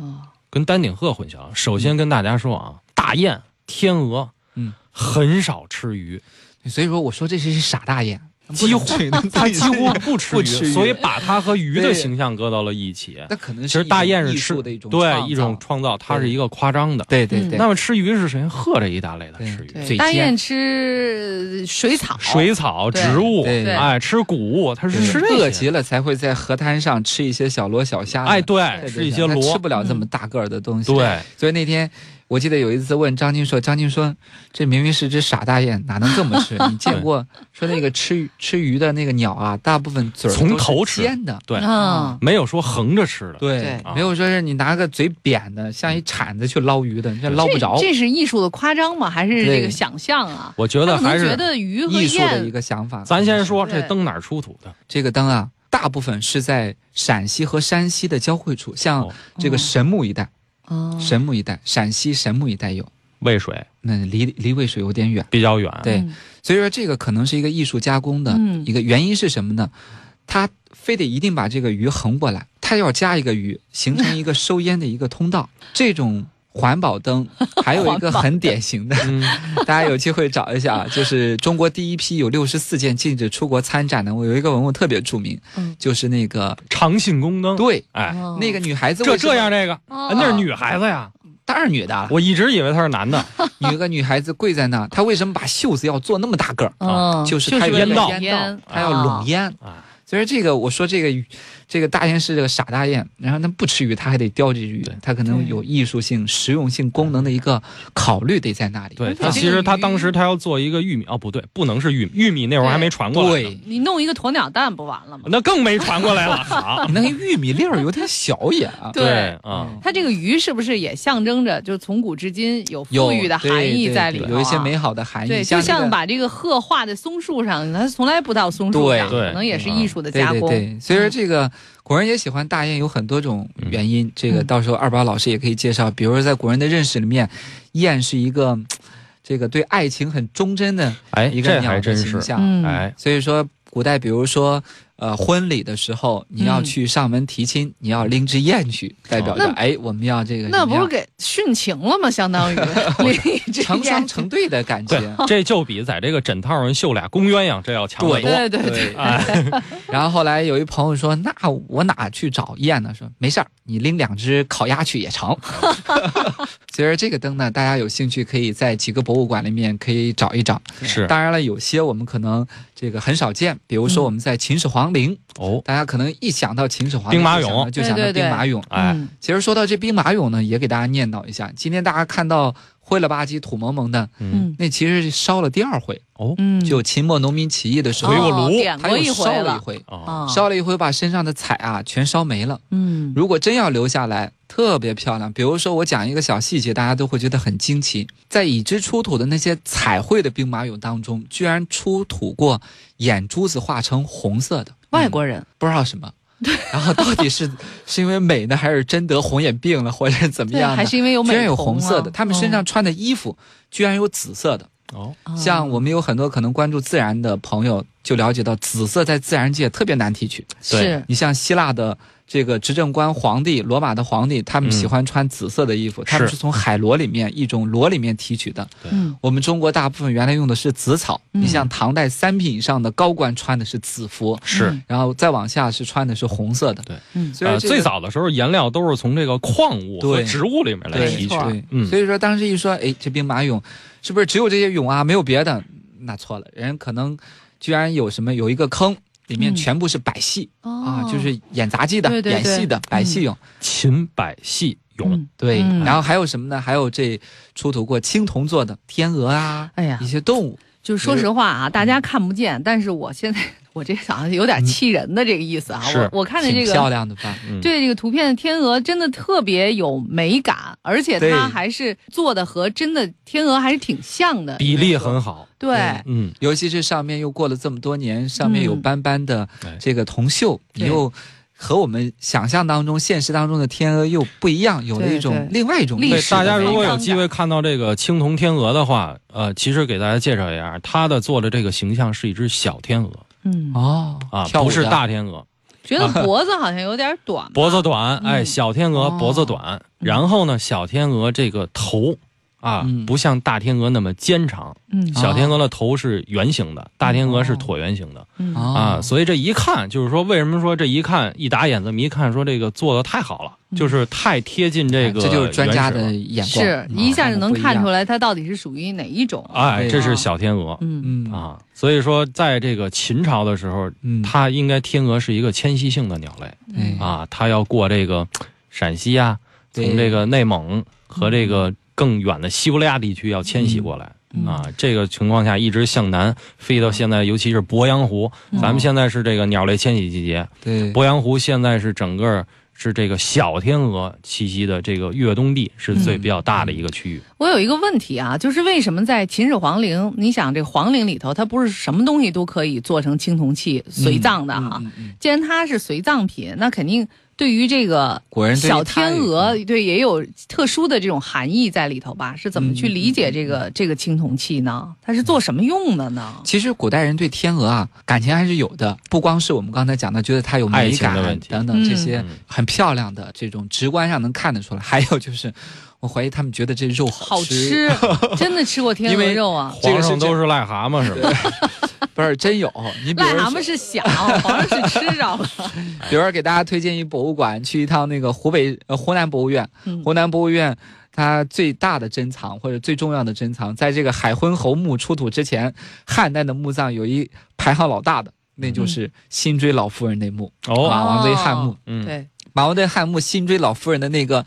B: 跟丹顶鹤混淆了。首先跟大家说啊，大雁、天鹅，
C: 嗯，
B: 很少吃 鱼，
C: 所以说我说这是傻大雁，
B: 几乎它几乎不吃
C: 不
B: 鱼，
C: 吃鱼
B: 所以把它和鱼的
C: 对
B: 形象搁到了一起。
C: 那可
B: 其
C: 能是
B: 实
C: 一种
B: 大雁是
C: 艺
B: 吃
C: 术的一种
B: 对
C: 创
B: 一种
C: 造
B: 创造，它
C: 对
B: 是一个夸张的。
C: 对对对。
B: 那么吃鱼是谁？鹤这一大类的
C: 对
B: 吃鱼，
A: 对，
C: 嘴
A: 大
C: 尖
A: 雁吃呃水草，
B: 水草、
A: 对
B: 植物，
C: 哦对对
B: 哎，吃谷物，它是
C: 嗯
B: 吃
C: 饿
B: 这些。
C: 极了才会在河滩上吃一些小螺小虾的。
B: 哎，
C: 对
B: 对，
C: 对
B: 吃一
C: 对
B: 些
C: 它吃
B: 螺
C: 不，了这么大个儿的东西。
B: 对，
C: 所以那天我记得有一次问张静说：“张静说，这明明是只傻大雁，哪能这么吃？你 见过说那个吃鱼吃鱼的那个鸟啊，大部分嘴儿
B: 从
C: 都是
B: 头吃
C: 尖的，
B: 对，
A: 嗯，
B: 没有说横着吃的。
C: 对
B: 对啊
C: 没有说是你拿个嘴扁的，像一铲子去捞鱼的，这捞不着。
A: 这这是艺术的夸张吗？还是
C: 对
A: 这个想象啊？
B: 我觉
A: 他
B: 得
A: 可能
B: 还
A: 觉
B: 是
A: 得鱼和
C: 艺术的一
A: 雁，
C: 个想法。
B: 咱先说这
A: 对
B: 灯哪儿出土的？
C: 这个灯啊，大部分是在陕西和山西的交汇处，像
B: 哦
C: 这个神木一带，
A: 哦
C: 神木一带，陕西神木一带有，
B: 渭水
C: 那离离渭水有点远。
B: 比较远，
C: 对
A: 嗯
C: 所以说这个可能是一个艺术加工的
A: 嗯
C: 一个原因是什么呢？它非得一定把这个鱼横过来，它要加一个鱼，形成一个收烟的一个 通道。这种环保灯还有一个很典型的，
B: 嗯，
C: 大家有机会找一下啊，就是中国第一批有六十四件禁止出国参展的，我有一个文物特别著名，
A: 嗯
C: 就是那个
B: 长信宫灯，
C: 对
B: 哎，
A: 哦
C: 那个女孩子
B: 这
C: 为什么
B: 这样这个，
A: 哦
B: 哎那是女孩子呀，
C: 当然女的啊，
B: 我一直以为她是男的，
C: 有一个女孩子跪在那儿，她为什么把袖子要做那么大个儿？
A: 嗯，
C: 啊就是它
A: 为
B: 烟
A: 了
B: 道
A: 烟
C: 她要拢烟。
B: 啊，
C: 所以这个我说这个这个大雁是这个傻大雁，然后它不吃鱼，它还得叼着鱼
B: 对，
C: 它可能有艺术性、实用性、功能的一个考虑得在那里。
B: 对
A: 而且
B: 她
A: 这
B: 其
A: 个
B: 实她
A: 鱼
B: 当时她要做一个玉米，哦不对，不能是玉米，玉米那会儿还没传过来，，
C: 对，
A: 你弄一个鸵鸟蛋不完了吗？
B: 那更没传过来 了，好，
C: 那个玉米粒儿有点小也啊。
A: 对
B: 啊，
A: 它这个鱼是不是也象征着，就是从古至今有
C: 有
A: 富裕的含义在里头、啊？
C: 有一些美好的含义，
A: 对，就
C: 那
A: 像
C: 个
A: 把这个鹤画在松树上，它从来不到松树上，
B: 对对
A: 可能也是艺术的
C: 嗯对
A: 加
C: 对
A: 工。嗯
C: 对，所以说这个古人也喜欢大雁，有很多种
B: 嗯
C: 原因。这
A: 嗯
C: 个到时候二宝老师也可以介绍，比如说在古人的认识里面，雁是一个嗯这个对爱情很忠贞的
B: 哎，
C: 一个
B: 这
C: 鸟
B: 还
C: 的
B: 真
C: 形
B: 是，
C: 象。
A: 嗯，
B: 哎，
C: 所以说，古代比如说，呃，婚礼的时候，你要去上门提亲，你要拎只雁去，代表着
A: 那
C: 哎，我们要这
A: 嗯
C: 个
A: 那
C: 怎么
A: 不
C: 样
A: 是给殉情了吗？相 当于你这
C: 成双
A: 样
C: 成对的感
B: 对
C: 觉。，
B: 这就比在这个枕套上绣俩公鸳鸯这要强得多，
A: 对 对对，
B: 哎，
C: 然后后来有一朋友说：“那我哪去找雁呢？”说没事儿，你拎两只烤鸭去 也成。 所以说这个灯呢，大家有兴趣可以在几个博物馆里面可以找一找。
B: 是
C: 当然了，有些我们可能这个很少见，比如说我们在秦始皇陵，
B: 哦，
C: 大家可能一想到秦始皇陵
B: 兵马
C: 就想
B: 俑
C: 到就想到
A: 嗯对对对
C: 兵马俑。
B: 哎，
A: 嗯
C: 其实说到这兵马俑呢，也给大家念叨一下，今天大家看到灰了吧唧、土蒙蒙的，
B: 嗯，
A: 嗯
C: 那其实是烧了第二回，
A: 嗯，
C: 就秦末农民起义的时候，
B: 回过炉
A: 哦点
C: 他
A: 过一
C: 又烧
A: 回
C: 了一
A: 了，啊
C: 回，
B: 哦，
C: 烧了一回，把身上的彩啊全烧没了。
A: 嗯，
C: 如果真要留下来，特别漂亮。比如说，我讲一个小细节，大家都会觉得很惊奇。在已知出土的那些彩绘的兵马俑当中，居然出土过眼珠子画成红色的，嗯
A: 外国人
C: 不知道什么。然后到 底是是因为美呢，还是真得红眼病了，或者是怎么
A: 对，
C: 样呢？
A: 还是因为有
C: 居然
A: 美
C: 有
A: 瞳
C: 红色的，
A: 啊
C: 他们身上穿的衣服居然有紫色的。
B: 哦，
A: 嗯
C: 像我们有很多可能关注自然的朋友就了解到，紫色在自然界特别难提取。
A: 是
C: 你像希腊的这个执政官皇帝，罗马的皇帝，他们
B: 嗯
C: 喜欢穿紫色的衣服，他们
B: 是
C: 是从海螺里面一种螺里面提取的。
A: 嗯
C: 我们中国大部分原来用的是紫草，
A: 嗯
C: 你像唐代三品以上的高官穿的是紫服，
B: 是。
A: 嗯
C: 然后再往下是穿的是红色的。
B: 对
A: 嗯
C: 所以
B: 呃，
C: 说这个
B: 最早的时候，颜料都是从这个矿物和
C: 对
B: 植物里面来
C: 对
B: 提
A: 没。
B: 取
A: 错
C: 对，
B: 嗯
C: 所以说当时一说，哎，这兵马俑是不是只有这些俑啊，没有别的？那错了，人可能居然有什么有一个坑，里面
A: 嗯
C: 全部是百戏、
A: 哦
C: 啊，就是演杂技的、
A: 对对对
C: 演戏的百戏
B: 嗯
C: 俑。
B: 秦百戏俑，
A: 嗯
C: 对，
A: 嗯
C: 然后还有什么呢？还有这出土过青铜做的天鹅啊，
A: 哎呀
C: 一嗯些动物，
A: 就是说实话啊，大家看不见，但是我现在 我这想有点气人的这个意思啊。
B: 是
A: 我我看见这
C: 嗯挺漂
A: 个
C: 亮的吧？
B: 嗯，
A: 对这个图片的天鹅真的特别有美感，而且
C: 对
A: 它还是做的和真的天鹅还是挺像的。
B: 比例很好。
A: 对
C: 对，
B: 嗯，
C: 尤其是上面又过了这么多年，上面有
A: 嗯
C: 斑斑的
B: 哎
C: 这个铜锈，你又和我们想象当中、现实当中的天鹅又不一样，有了
A: 对
C: 一种
A: 对
C: 另外一种
A: 历
B: 对
A: 史，
B: 大家
A: 的
B: 如果
A: 美
B: 有
A: 感
B: 机会看到这个青铜天鹅的话，呃，其实给大家介绍一下，它的做的这个形象是一只小天鹅
A: 嗯，
C: 哦
B: 啊，
C: 跳舞
B: 不是
C: 的
B: 大天鹅，
A: 觉得脖子好像有点短吧，
B: 脖子短，哎，
A: 嗯
B: 小天鹅
C: 哦
B: 脖子短，然后呢，小天鹅这个头啊
C: 嗯，
B: 不像大天鹅那么尖长，
A: 嗯
B: 小天鹅的头是圆形的，大天鹅是
C: 哦
B: 椭圆形的
A: 嗯
B: 啊，
C: 啊，
B: 所以这一看就是说，为什么说这一看一打眼这么一看，说这个做的太好了，就是太贴近这个，
C: 嗯哎这就是专家的。眼光，
A: 是
C: 啊
A: 一下就能看出
C: 来。
A: 来它到底是属于哪一种。
B: 哎，
C: 对
B: 这是
A: 啊
B: 小天鹅
A: 嗯
C: 嗯
B: 啊，所以说在这个秦朝的时候，
C: 嗯，
B: 它应该天鹅是一个迁徙性的鸟类
C: 哎
B: 啊，它要过这个陕西啊，
C: 对
B: 从这个内蒙和这个更远的西伯利亚地区要迁徙过来。
C: 嗯
B: 啊，这个情况下一直向南飞到现在，尤其是鄱阳湖。
A: 嗯
B: 咱们现在是这个鸟类迁徙季节，
C: 对
B: 鄱阳湖现在是整个是这个小天鹅栖息的这个越冬地，是最
C: 嗯
B: 比较大的一个区域。
A: 我有一个问题啊，就是为什么在秦始皇陵？你想这个皇陵里头，它不是什么东西都可以做成青铜器随葬的哈、
C: 嗯嗯嗯嗯
A: 既然它是随葬品，那肯定对于这个
C: 果然对于嗯
A: 小
C: 它
A: 天
C: 有
A: 鹅对也有特殊的这种含义在里头吧？是怎么去理
C: 嗯
A: 解这个、这个青铜器呢？它是做什么用的呢？
C: 其实古代人对天鹅啊感情还是有的，不光是我们刚才讲的，觉得它有
B: 爱
C: 美
B: 情的
C: 感
B: 问题
C: 等等这
A: 嗯
C: 些
B: 嗯
C: 很漂亮的这种直观上能看得出来。 还有就是，我怀疑他们觉得这肉
A: 好
C: 吃，
A: 吃，真的吃过天
C: 因
A: 鹅
C: 为
A: 肉啊？
C: 嗯这
B: 皇
C: 个是
B: 上
C: 这
B: 都是癞蛤蟆是吧？
C: 不是真有。你比
A: 癞
C: 如
A: 蛤
C: 说，
A: 蟆是想，皇上是吃 着了。
C: 比如说给大家推荐一博物馆，去一趟那个湖北呃湖南博物院，
A: 嗯
C: 湖南博物院。它最大的珍藏或者最重要的珍藏，在这个海昏侯墓出土之前，汉代的墓葬有一排行老大的，那
A: 嗯
C: 就是辛追老夫人那墓，
B: 哦，
C: 马王堆汉墓。
B: 嗯，
A: 对，
C: 马王堆汉墓辛追老夫人的那个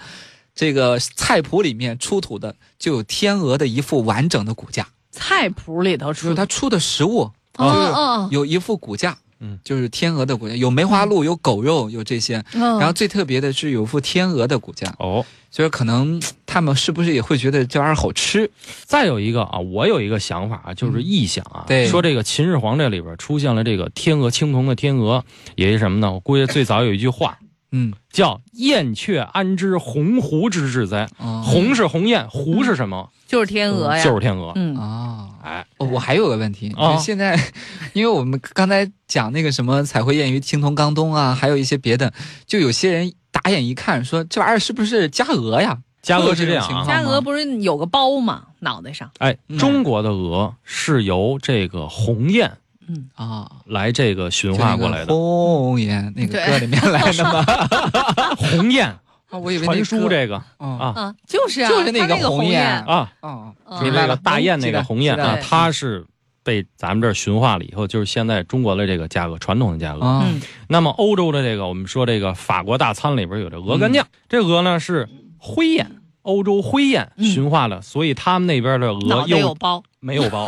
C: 这个菜谱里面出土的就有天鹅的一副完整的骨架，
A: 菜谱里头
C: 就
A: 出
C: 是它出的食物
A: 哦哦，
C: 有一副骨架，
B: 嗯，
C: 就是天鹅的骨架，有梅花鹿，有狗肉，有这些。
A: 然
C: 然后最特别的是有副天鹅的骨架，
B: 哦，
C: 就是可能嘖他们是不是也会觉得这玩意儿好吃？
B: 再有一个啊，我有一个想法啊，就是臆想啊，
C: 嗯对
B: 说这个秦始皇这里边出现了这个天鹅，青铜的天鹅，也是什么呢？我估计最早有一句话
C: 嗯，
B: 叫“燕雀安知鸿鹄之志哉”，
C: 哦
B: 鸿是鸿雁，鹄是什么？
A: 就是天鹅呀，
B: 就是天鹅。
A: 嗯，
C: 啊。
B: 哎，
C: 哦我还有个问题，
B: 哦
C: 就是现在， 因为我们刚才讲那个什么彩绘谚语、青铜钢东啊，还有一些别的，就有些人打眼一看，说这玩意儿是不是家鹅呀？
B: 家鹅是这样
C: 会有这种情
B: 啊
C: 况，
A: 家鹅不是有个包吗？脑袋上，
B: 哎
C: 嗯，
B: 中国的鹅是由这个鸿雁
A: 嗯，
C: 啊，
B: 来这个驯化过来的，
C: 红颜那个
A: 对
C: 歌里面来的嘛。
B: 鸿雁
C: 啊，我以为那
B: 传输
C: 歌
B: 这个
C: 哦
B: 啊
A: 啊，就是啊，
C: 就是
A: 他
C: 那
A: 那
C: 红
A: 红
C: 雁
B: 啊，
C: 哦，
A: 嗯
B: 就是
C: 明白
B: 那
C: 了
B: 个大雁那
C: 知道
B: 个红雁
A: 知道
B: 啊，
A: 对
B: 它是被咱们这儿驯化了以后，就是现在中国的这个价格，传统的价格。
C: 啊
A: 嗯
B: 那么欧洲的这个，我们说这个法国大餐里边有这鹅肝酱，这鹅呢是灰雁，欧洲灰雁
A: 嗯
B: 驯化的，所以他们那边的
C: 嗯
B: 鹅
A: 脑袋有
B: 又
A: 包，
B: 没有包。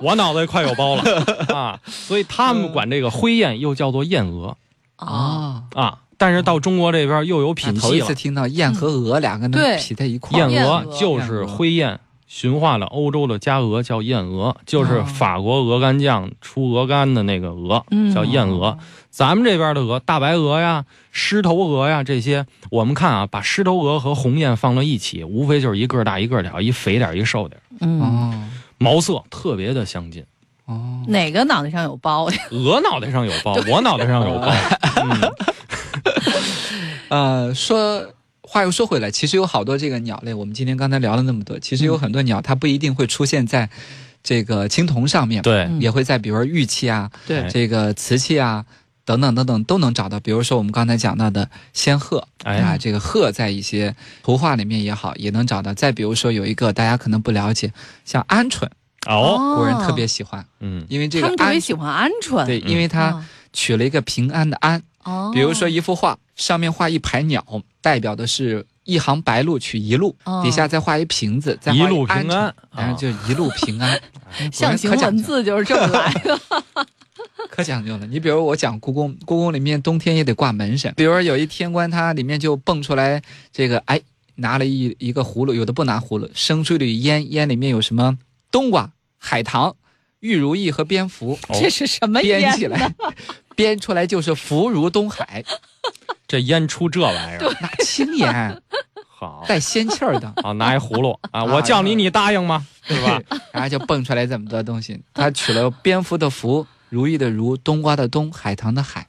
B: 我脑袋快有包了啊，所以他们管这个灰雁又叫做燕鹅
C: 啊，
B: 啊，但是到中国这边又有品
C: 头
B: 系
C: 一
B: 了
C: 次，听到燕和鹅两个能
A: 对
C: 匹在一块
B: 燕
C: 儿，哦
B: 鹅
A: 燕鹅
B: 就是灰雁驯化了欧洲的家鹅，叫燕鹅，就是法国鹅肝酱出鹅肝的那个鹅，
A: 嗯
B: 叫燕鹅。咱们这边的鹅，大白鹅呀、狮头鹅呀这些，我们看啊，把狮头鹅和红雁放到一起，无非就是一个儿大一个儿小，一肥点儿一个瘦点儿，
A: 嗯，
C: 哦
B: 毛色特别的相近。
C: 哦，
A: 哪个脑袋上有包？
B: 鹅脑袋上有包，我脑袋上有包。 嗯，
C: 啊呃，说话又说回来，其实有好多这个鸟类，我们今天刚才聊了那么多，其实有很多鸟它不一定会出现在这个青铜上面，
B: 对，哎
A: 嗯
C: 也会在比如说玉器啊、
B: 对
C: 这个瓷器啊等等等等都能找到。比如说我们刚才讲到的仙鹤，啊，
B: 哎，
C: 这个鹤在一些图画里面也好，也能找到。再比如说有一个大家可能不了解，像鹌鹑，
B: 哦，
C: 国人特别喜欢，
B: 嗯，
C: 因为这
A: 他
C: 个
A: 们特别
C: 鹌
A: 喜欢鹌鹑，
C: 对，因为它
A: 啊，
C: 取了一个平安的安。
A: 哦，
C: 比如说一幅画，上面画一排鸟，代表的是一行白鹭取一路，
A: 哦
C: 底下再画一瓶子，再
B: 一
C: 画
B: 路
C: 鹌
B: 平
C: 鹑
B: 安，
C: 然
B: 啊
C: 后就一路平 安。哎果然
A: 嗯象形
C: 可讲
A: 文
C: 究
A: 字就是这么来 的。
C: 可讲究了。你比如我讲故宫，故宫里面冬天也得挂门神。比如有一天官，他里面就蹦出来这个，哎，拿了一一个葫芦，有的不拿葫芦，生出一缕烟，烟里面有什么冬瓜、海棠、玉如意和蝙蝠，
B: 哦
A: 这是什么
C: 编
A: 烟
C: 起来，编出来就是福如东海，
B: 这烟出这玩意儿，
C: 那青烟
B: 好
C: 带仙气儿 的。
B: 啊，拿一葫芦啊，
C: 啊
B: 我叫你，你答应 吗？对吧？
C: 然后就蹦出来这么多东西，他取了蝙蝠的蝠、如意的如、冬瓜的冬、海棠的海，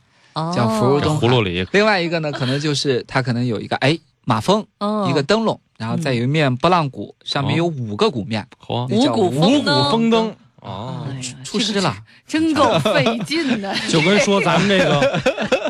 C: 叫福
A: 哦
C: 如
B: 这
C: 东海。
B: 葫芦里
C: 另外一个呢，可能就是它可能有一个哎马蜂，
B: 嗯
A: 哦
C: 一个灯笼，然后再有一面拨浪鼓，上面有
B: 哦
C: 五个鼓面，
B: 嚯
C: 那叫
A: 五谷
B: 五
A: 丰
B: 谷
A: 登
B: 丰登哦，
A: 哎呀
C: 出
A: 这个
C: 师了。
A: 真够费劲 的。
B: 就跟说咱们这个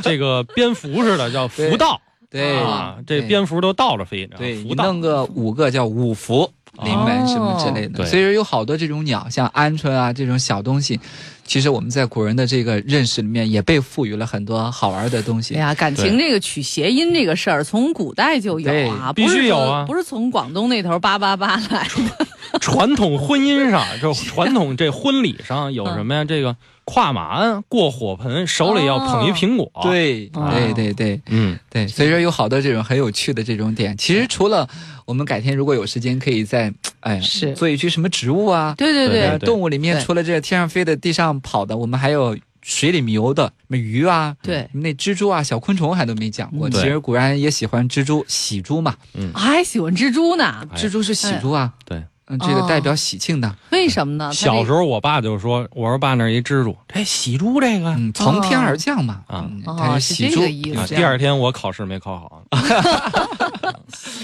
B: 这个蝙蝠似的，叫福到
C: 对
B: 啊，这
C: 对
B: 蝙蝠都倒着飞，
C: 对，
B: 福
C: 你
B: 到
C: 弄个五个叫五福。临门什么之类的，
B: 哦对
C: 所以说有好多这种鸟，像鹌鹑啊这种小东西，其实我们在古人的这个认识里面也被赋予了很多好玩的东
A: 哎
C: 西。
A: 呀，感情这个取谐音这个事儿，从古代就有啊，
B: 对
A: 不是
B: 必须有啊
A: 说不是从广东那头八八八 来的。
B: 传统婚姻上，就传统这婚礼上有什么呀？这个跨马鞍、过火盆，手里要捧一苹果。，
C: 对，
A: 哦
C: 对对对
B: 嗯，
C: 对，所以说有好多这种很有趣的这种点。其实除了我们改天如果有时间，可以再哎
A: 是
C: 做一句什么植物啊，
A: 对对
B: 对
A: 对，
C: 动物里面
A: 对
C: 除了这天上飞的、地上跑的，我们还有水里游的，什么鱼啊，
A: 对，
C: 那蜘蛛啊、小昆虫还都没讲过。
A: 嗯
C: 其
B: 对
C: 实古人也喜欢蜘蛛，喜蛛嘛，
A: 还喜欢蜘蛛呢？
B: 哎
C: 蜘蛛是喜蛛
A: 哎
C: 啊，
B: 对，
C: 嗯，这
A: 哦
C: 个代表喜庆的，
A: 为什
C: 啊
A: 么呢？它
B: 小
A: 这
B: 时候我爸就说，我说爸那儿一蜘蛛，这喜猪这个
C: 嗯，从天而降嘛，
B: 哦
C: 嗯，
A: 哦
C: 它
A: 是
C: 喜
A: 这
C: 蛛
A: 个意
B: 啊，
A: 思。
B: 第二天我考试没 考好，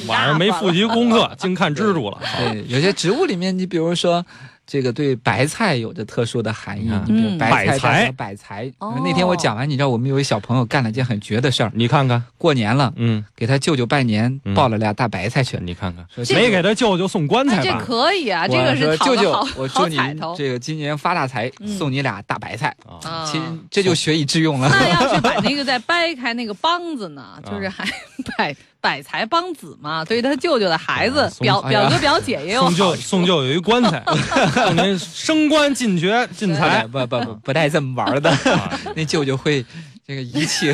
B: 晚上没复习功 课，净看蜘蛛了。好
C: 对，有些植物里面，你比如说。这个对白菜有着特殊的含义
B: 嗯，
C: 你比如白
B: 百
C: 菜
B: 财
C: 代表百财。
A: 哦
C: 那天我讲完，你知道我们有一小朋友干了件很绝的事儿，
B: 你看看，
C: 过年了
B: 嗯，
C: 给他舅舅拜年
B: 嗯，
C: 抱了俩大白菜去，
B: 你看看，
C: 说舅舅
B: 没给他舅舅送棺
A: 哎，
B: 材
A: 这
B: 吧？
A: 可以啊，
C: 我
A: 嗯这个是
C: 说
A: 讨
C: 舅
A: 个
C: 舅
A: 好，
C: 我
A: 好
C: 祝您
A: 彩头。
C: 这个今年发大财，
A: 嗯
C: 送你俩大白菜。
B: 啊
A: 啊
C: 其实这就学以致用 了。
A: 那要是把那个再掰开那个梆子
C: 啊
A: 呢，就是还百百财帮子嘛，对于他舅舅的孩子
B: 啊、松
A: 表
C: 哎呀
A: 表哥表姐也有
B: 送舅送舅有一棺材， 送您升官进爵进财。
C: 不不不不带这么玩的，
B: 啊
C: 那舅舅会这个仪 器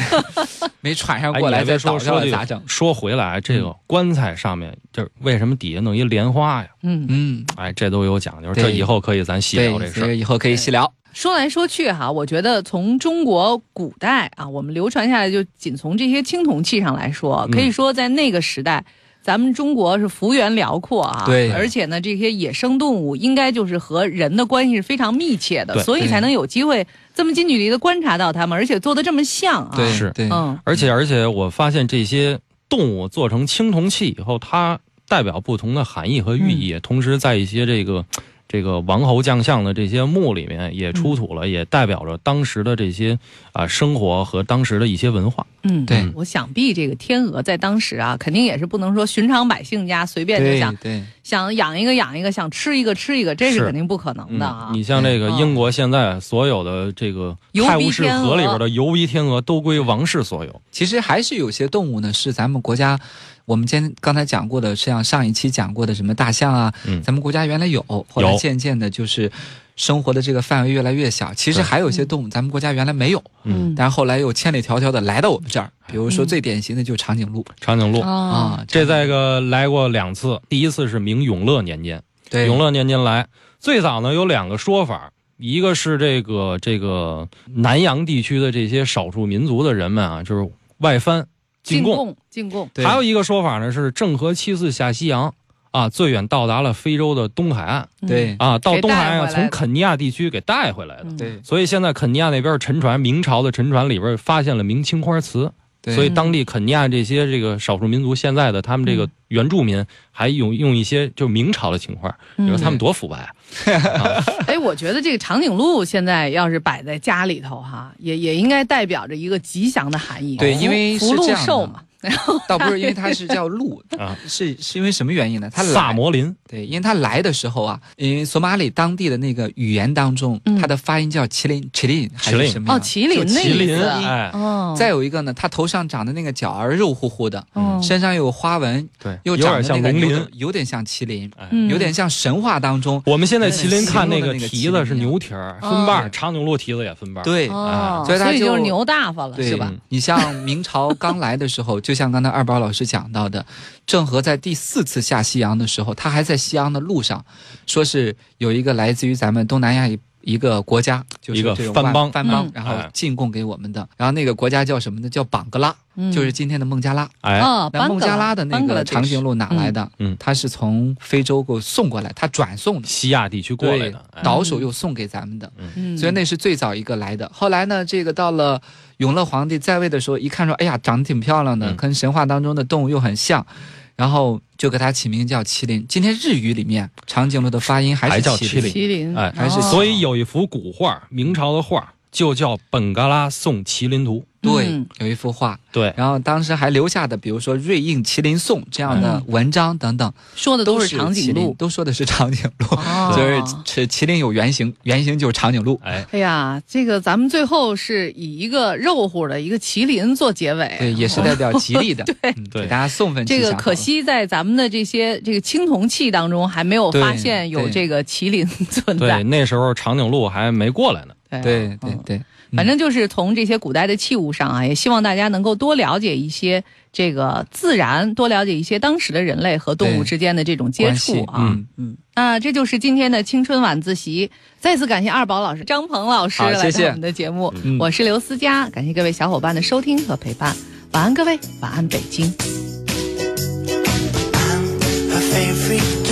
C: 没传上
B: 哎，
C: 过
B: 你
C: 来，
B: 还
C: 再
B: 别
C: 倒
B: 说
C: 上
B: 说
C: 了
B: 这
C: 咋
B: 个
C: 整？嗯
B: 说回来，这个棺材上面就是为什么底下弄一莲花呀？
A: 嗯。
C: 嗯，
B: 哎，这都有讲究，
C: 对
B: 这以后可以咱细
C: 对
B: 聊这，事
C: 所
B: 儿。
C: 以以后可以细聊。
A: 说来说去哈，我觉得从中国古代啊，我们流传下来就仅从这些青铜器上来说
B: 嗯，
A: 可以说在那个时代，咱们中国是幅员辽阔啊，
C: 对
A: 而且呢，这些野生动物应该就是和人的关系是非常密切的，
B: 对
A: 所以
C: 对
A: 才能有机会这么近距离的观察到它们，而且做的这么像啊，
C: 对
B: 是
C: 对，
A: 嗯，
B: 而且而且，我发现这些动物做
A: 嗯
B: 成青铜器以后，它代表不同的含义和寓意，同时在一些这个。这个王侯将相的这些墓里面也出土
A: 嗯
B: 了，也代表着当时的这些啊、生活和当时的一些文化。
A: 嗯，
C: 对
A: 我想必这个天鹅在当时啊，肯定也是不能说寻常百姓家随便就
C: 对
A: 想
C: 对，
A: 想养一个养一个，想吃一个吃一个，这是
B: 是
A: 肯定不可能的啊。
B: 嗯，你像这个
A: 嗯
B: 英国现在所有的这个
A: 游
B: 泰
A: 鼻
B: 晤士
A: 天
B: 河里
A: 鹅
B: 边的游鼻天鹅都归王室所有。
C: 其实还是有些动物呢，是咱们国家，我们今天刚才讲过的，像上一期讲过的什么大象啊，
B: 嗯
C: 咱们国家原来有，后来渐渐的就是生活的这个范围越来越小。其实
B: 对
C: 还有一些动物，咱们国家原来没有，
A: 嗯
C: 但后来又千里迢迢的来到我们这儿。比如说
A: 嗯
C: 最典型的就是长颈鹿
B: 长颈鹿、
A: 啊，
C: 啊，
B: 这在个来过两次，第一次是明永乐年间，
C: 对
B: 永乐年间来。最早呢有两个说法，一个是这个这个南洋地区的这些少数民族的人们啊，就是外藩进
A: 进
B: 贡；
A: 贡进贡，
C: 对
B: 还有一个说法呢是郑和七次下西洋啊，最远到达了非洲的东海岸
A: 嗯
C: 对
B: 啊，到东
A: 给带回
B: 海岸
A: 来的
B: 从肯尼亚地区给带回来的。
A: 嗯
C: 对
B: 所以现在肯尼亚那边沉船，明朝的沉船里边发现了明青花瓷，
C: 对，
B: 所以当地肯尼亚这些这个少数民族现在的他们这
A: 嗯
B: 个原住民还用用一些就明朝的情话，你说
A: 嗯
B: 他们多腐败啊！
A: 哎，我觉得这个长颈鹿现在要是摆在家里头哈，也也应该代表着一个吉祥的含义。
C: 对
A: 福
C: 因为是
A: 福禄
C: 这样的
A: 寿嘛，
C: 倒不是因为它是叫鹿
B: 啊，
C: 是是因为什么原因呢？它来
B: 萨摩林
C: 对，因为它来的时候啊，因为索马里当地的那个语言当中，
A: 嗯
C: 它的发音叫麒麟，麒麟还是什么
A: 哦，
C: 样？
A: 麒麟
C: 嗯就
A: 那
B: 麒
A: 意
B: 麟，
A: 思。
B: 哎，
A: 哦，
C: 再有一个呢，它头上长的那个角儿肉乎乎的，
A: 哦
C: 身上有花纹，
B: 对，
C: 又
B: 有
C: 长
B: 点
C: 得
B: 像
C: 那
B: 龙
C: 个有
B: 鳞
C: 点。有点像麒麟，
B: 哎
A: 嗯
C: 有点像神话当中。
B: 我们现在麒麟看那
C: 有
B: 个
C: 点像
B: 蹄子是牛蹄儿分瓣
C: 哦
B: 儿，长颈鹿蹄子也分瓣儿。
C: 对，
A: 哦，
C: 啊所以它就
A: 就是牛大发了，
C: 对
A: 是吧？
C: 你像明朝刚来的时候，就像刚才二宝老师讲到的，郑和在第四次下西洋的时候，他还在西洋的路上，说是有一个来自于咱们东南亚一一个国家，就是
B: 一个
C: 这种
B: 藩邦
C: 藩邦
A: 嗯，
C: 然后
B: 哎
C: 进贡给我们的。然后那个国家叫什么呢？叫榜格拉，
A: 嗯
C: 就是今天的孟加拉。
B: 哎，
A: 哦，
C: 那
A: 班
C: 孟
A: 格
C: 加
A: 拉
C: 拉的那个长颈
A: 鹿，
C: 鹿哪来的？
B: 嗯嗯
C: 它是从非洲给我送过来，它转送的，
B: 西亚地区过来的，哎
C: 倒手又送给咱们的。
A: 嗯
C: 所以那是最早一个来的。后来呢，这个到了永乐皇帝在位的时候，一看说，哎呀，长得挺漂亮的，
B: 嗯
C: 跟神话当中的动物又很像，然后就给它起名叫麒麟。今天日语里面长颈鹿的发音还
B: 还
C: 是
B: 叫
C: 麒
B: 麒
C: 麟。
A: 麒麟，
B: 哎
C: 嗯还是
A: 哦
B: 所以有一幅古画，明朝的画就叫《本嘎拉送麒麟图》。
C: 对，
A: 嗯
C: 有一幅画，
B: 对，
C: 然后当时还留下的，比如说《瑞应麒麟颂》这样的文章等等，
A: 说的
C: 都
A: 嗯是长
C: 麒
A: 颈
C: 麟
A: 鹿，
C: 都说的是长颈鹿，
A: 哦
C: 就是是麒麟有原型，原型就是长颈鹿。
B: 哎，
A: 哎呀，这个咱们最后是以一个肉乎的一个麒麟做结尾，哦
C: 对，也是代表吉利 的，对，
B: 对
C: 给大家送份吉
A: 这
C: 祥
A: 个
C: 话
A: 可惜在咱们的这些这个青铜器当中还没有发
C: 对
A: 现有
C: 对
A: 这个麒 麟存
B: 对，
A: 在。
B: 那时候长颈鹿还没过来呢。
A: 对
C: 对
A: 嗯
C: 对对，
A: 反正就是从这些古代的器物上啊，也希望大家能够多了解一些这个自然，多了解一些当时的人类和动物
C: 对
A: 之间的这种接触啊。
B: 嗯
A: 那这就是今天的青春晚自习。再次感谢二宝老师、张鹏老师
C: 好
A: 来到
C: 谢谢
A: 我们的节目。
C: 嗯
A: 我是刘思佳，感谢各位小伙伴的收听和陪伴。晚安，各位，晚安，北京。
I: her favorite